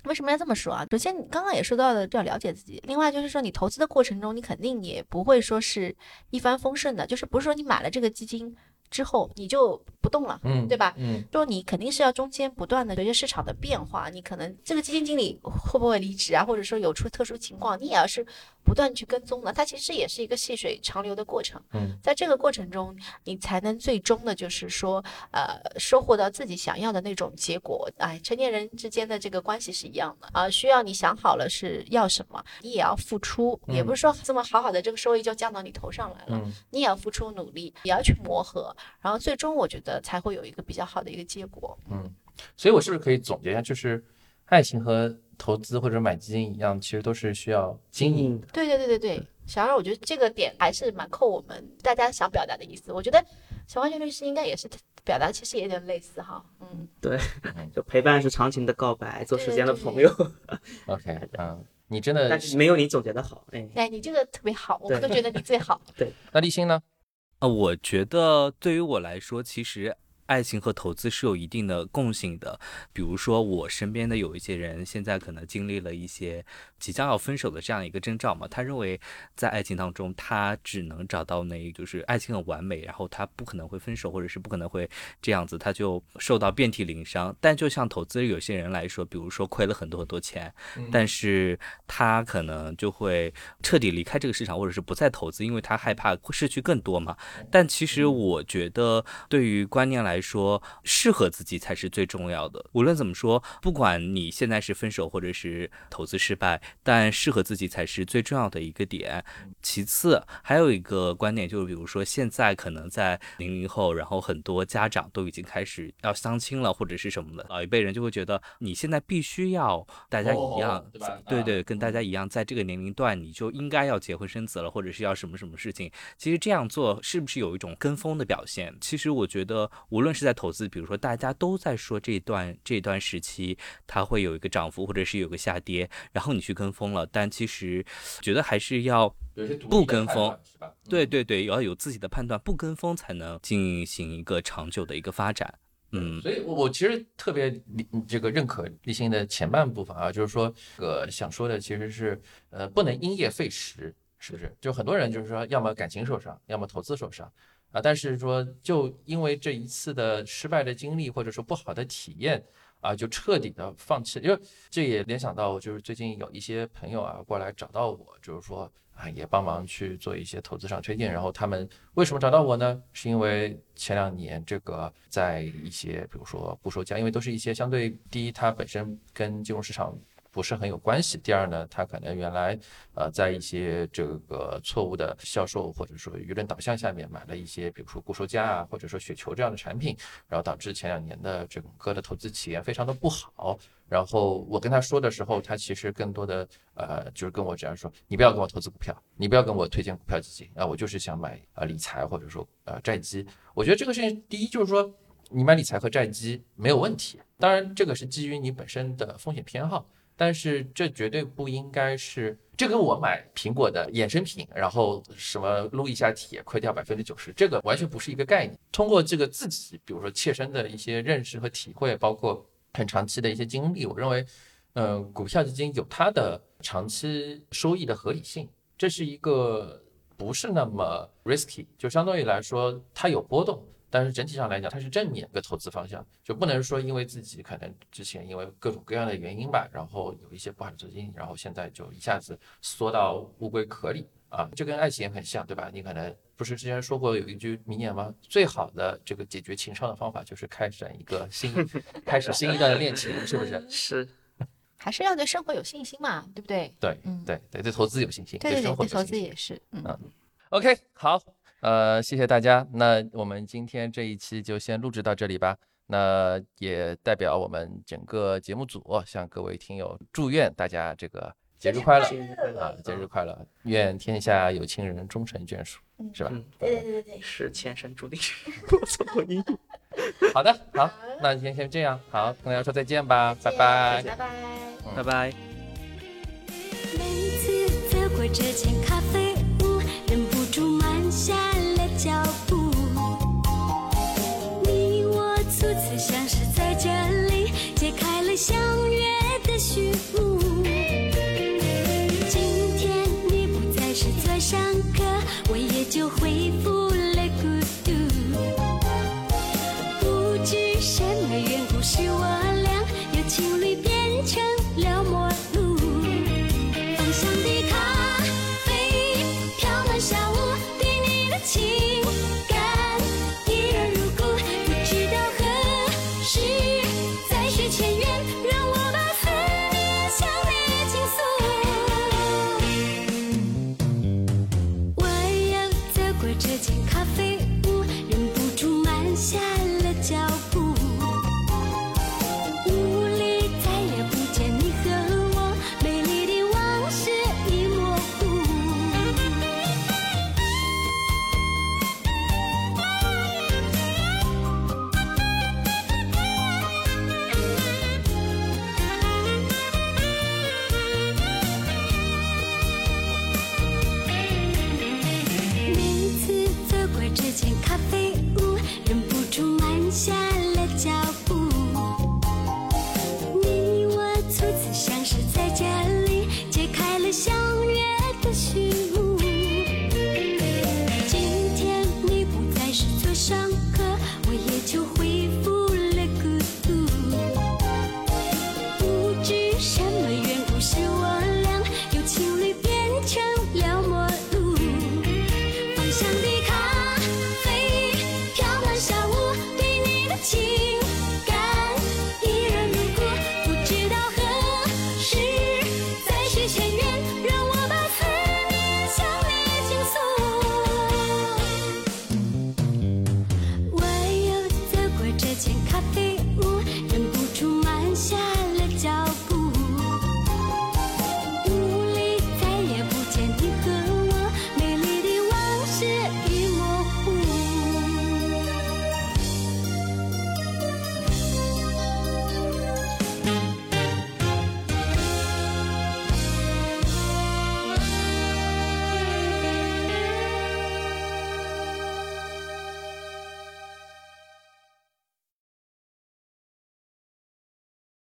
为什么要这么说啊？首先，你刚刚也说到的，要了解自己。另外就是说，你投资的过程中，你肯定也不会说是一帆风顺的，就是不是说你买了这个基金之后你就不动了，
嗯，
对吧？
嗯，
就你肯定是要中间不断的随着市场的变化，你可能这个基金经理会不会离职啊，或者说有出特殊情况，你也要是不断去跟踪的。它其实也是一个细水长流的过程。
嗯，
在这个过程中，你才能最终的就是说，呃，收获到自己想要的那种结果。哎，成年人之间的这个关系是一样的啊、需要你想好了是要什么，你也要付出，也不是说这么好好的这个收益就降到你头上来了。
嗯
你也要付出努力，也要去磨合，然后最终我觉得才会有一个比较好的一个结果。
嗯所以我是不是可以总结一下，就是爱情和投资或者买基金一样，其实都是需要经营。
的，
对对对对对，小二，我觉得这个点还是蛮扣我们大家想表达的意思。我觉得小花卷律师应该也是表达，其实也有点类似哈。嗯，
就陪伴是长情的告白，做
对
时间的
对
朋友，
OK，嗯，你真的
但是没有你总结的好。哎，
哎，你这个特别好，我们都
对
觉得你最 好。
那立新呢？
啊，我觉得对于我来说，其实爱情和投资是有一定的共性的。比如说，我身边的有一些人，现在可能经历了一些即将要分手的这样一个征兆嘛，他认为在爱情当中，他只能找到那，就是爱情很完美，然后他不可能会分手，或者是不可能会这样子，他就受到遍体鳞伤。但就像投资有些人来说，比如说亏了很多很多钱，但是他可能就会彻底离开这个市场，或者是不再投资，因为他害怕会失去更多嘛。但其实我觉得，对于观念来说，适合自己才是最重要的。无论怎么说，不管你现在是分手或者是投资失败，但适合自己才是最重要的一个点。其次，还有一个观点就是，比如说现在可能在零零后，然后很多家长都已经开始要相亲了，或者是什么的，老一辈人就会觉得你现在必须要大家一样，
哦对吧
对对
啊
跟大家一样，在这个年龄段你就应该要结婚生子了，或者是要什么什么事情。其实这样做是不是有一种跟风的表现？其实我觉得，无论是在投资，比如说大家都在说这一段这一段时期它会有一个涨幅，或者是有个下跌，然后你去跟风了，但其实觉得还是要。不跟风，
是吧？嗯
对，对对，也要有自己的判断，不跟风才能进行一个长久的一个发展。嗯，
所以我我其实特别理嗯这个认可立新的前半部分啊，就是说，呃，想说的其实是，呃，不能因噎废食。是不是？就很多人就是说，要么感情受伤，要么投资受伤啊。但是说，就因为这一次的失败的经历，或者说不好的体验啊，就彻底的放弃。因为这也联想到，就是最近有一些朋友啊过来找到我，就是说啊，也帮忙去做一些投资上推荐。然后他们为什么找到我呢？是因为前两年这个在一些，比如说不收价，因为都是一些相对第一，它本身跟金融市场。不是很有关系。第二呢，它可能原来呃在一些这个错误的销售或者说舆论导向下面买了一些，比如说固收加啊，或者说雪球这样的产品，然后导致前两年的整个的投资体验非常的不好。然后我跟他说的时候，他其实更多的呃就是跟我这样说：你不要跟我投资股票，你不要跟我推荐股票基金啊、我就是想买呃理财或者说呃债基。我觉得这个事情，第一就是说。你买理财和债基没有问题，当然这个是基于你本身的风险偏好，但是这绝对不应该是，这跟我买苹果的衍生品，然后什么撸一下铁亏掉百分之九十，这个完全不是一个概念。通过这个自己，比如说切身的一些认识和体会，包括很长期的一些经历，我认为，嗯、股票基金有它的长期收益的合理性，这是一个不是那么 risky，就相对于来说它有波动。但是整体上来讲，它是正面一个投资方向，就不能说因为自己可能之前因为各种各样的原因吧，然后有一些不好的资金，然后现在就一下子缩到乌龟壳里啊，这跟爱情也很像，对吧？你可能不是之前说过有一句名言吗？最好的这个解决情伤的方法就是开展一个新，开始新一段的恋情，是不
嗯
是？
是
还是要对生活有信心嘛，对不对？
对
嗯
对对，对投资有信心，
对对对，
生活
对
有
投
信
资
心。
也是，嗯，
嗯 OK，好，呃，谢谢大家。那我们今天这一期就先录制到这里吧。那也代表我们整个节目组哦向各位听友祝愿大家这个节日快乐
生日快乐
啊，节日快乐，愿天下有情人终成眷属，是吧？
嗯
对对对对对，
是 前生注定，我错过你。
好的，好，那今天先这样，好，跟大家说再见吧，拜拜。
拜拜。
拜拜。
每次走过这间咖啡屋，忍不住慢下了脚步。你我初次相识在这里，揭开了相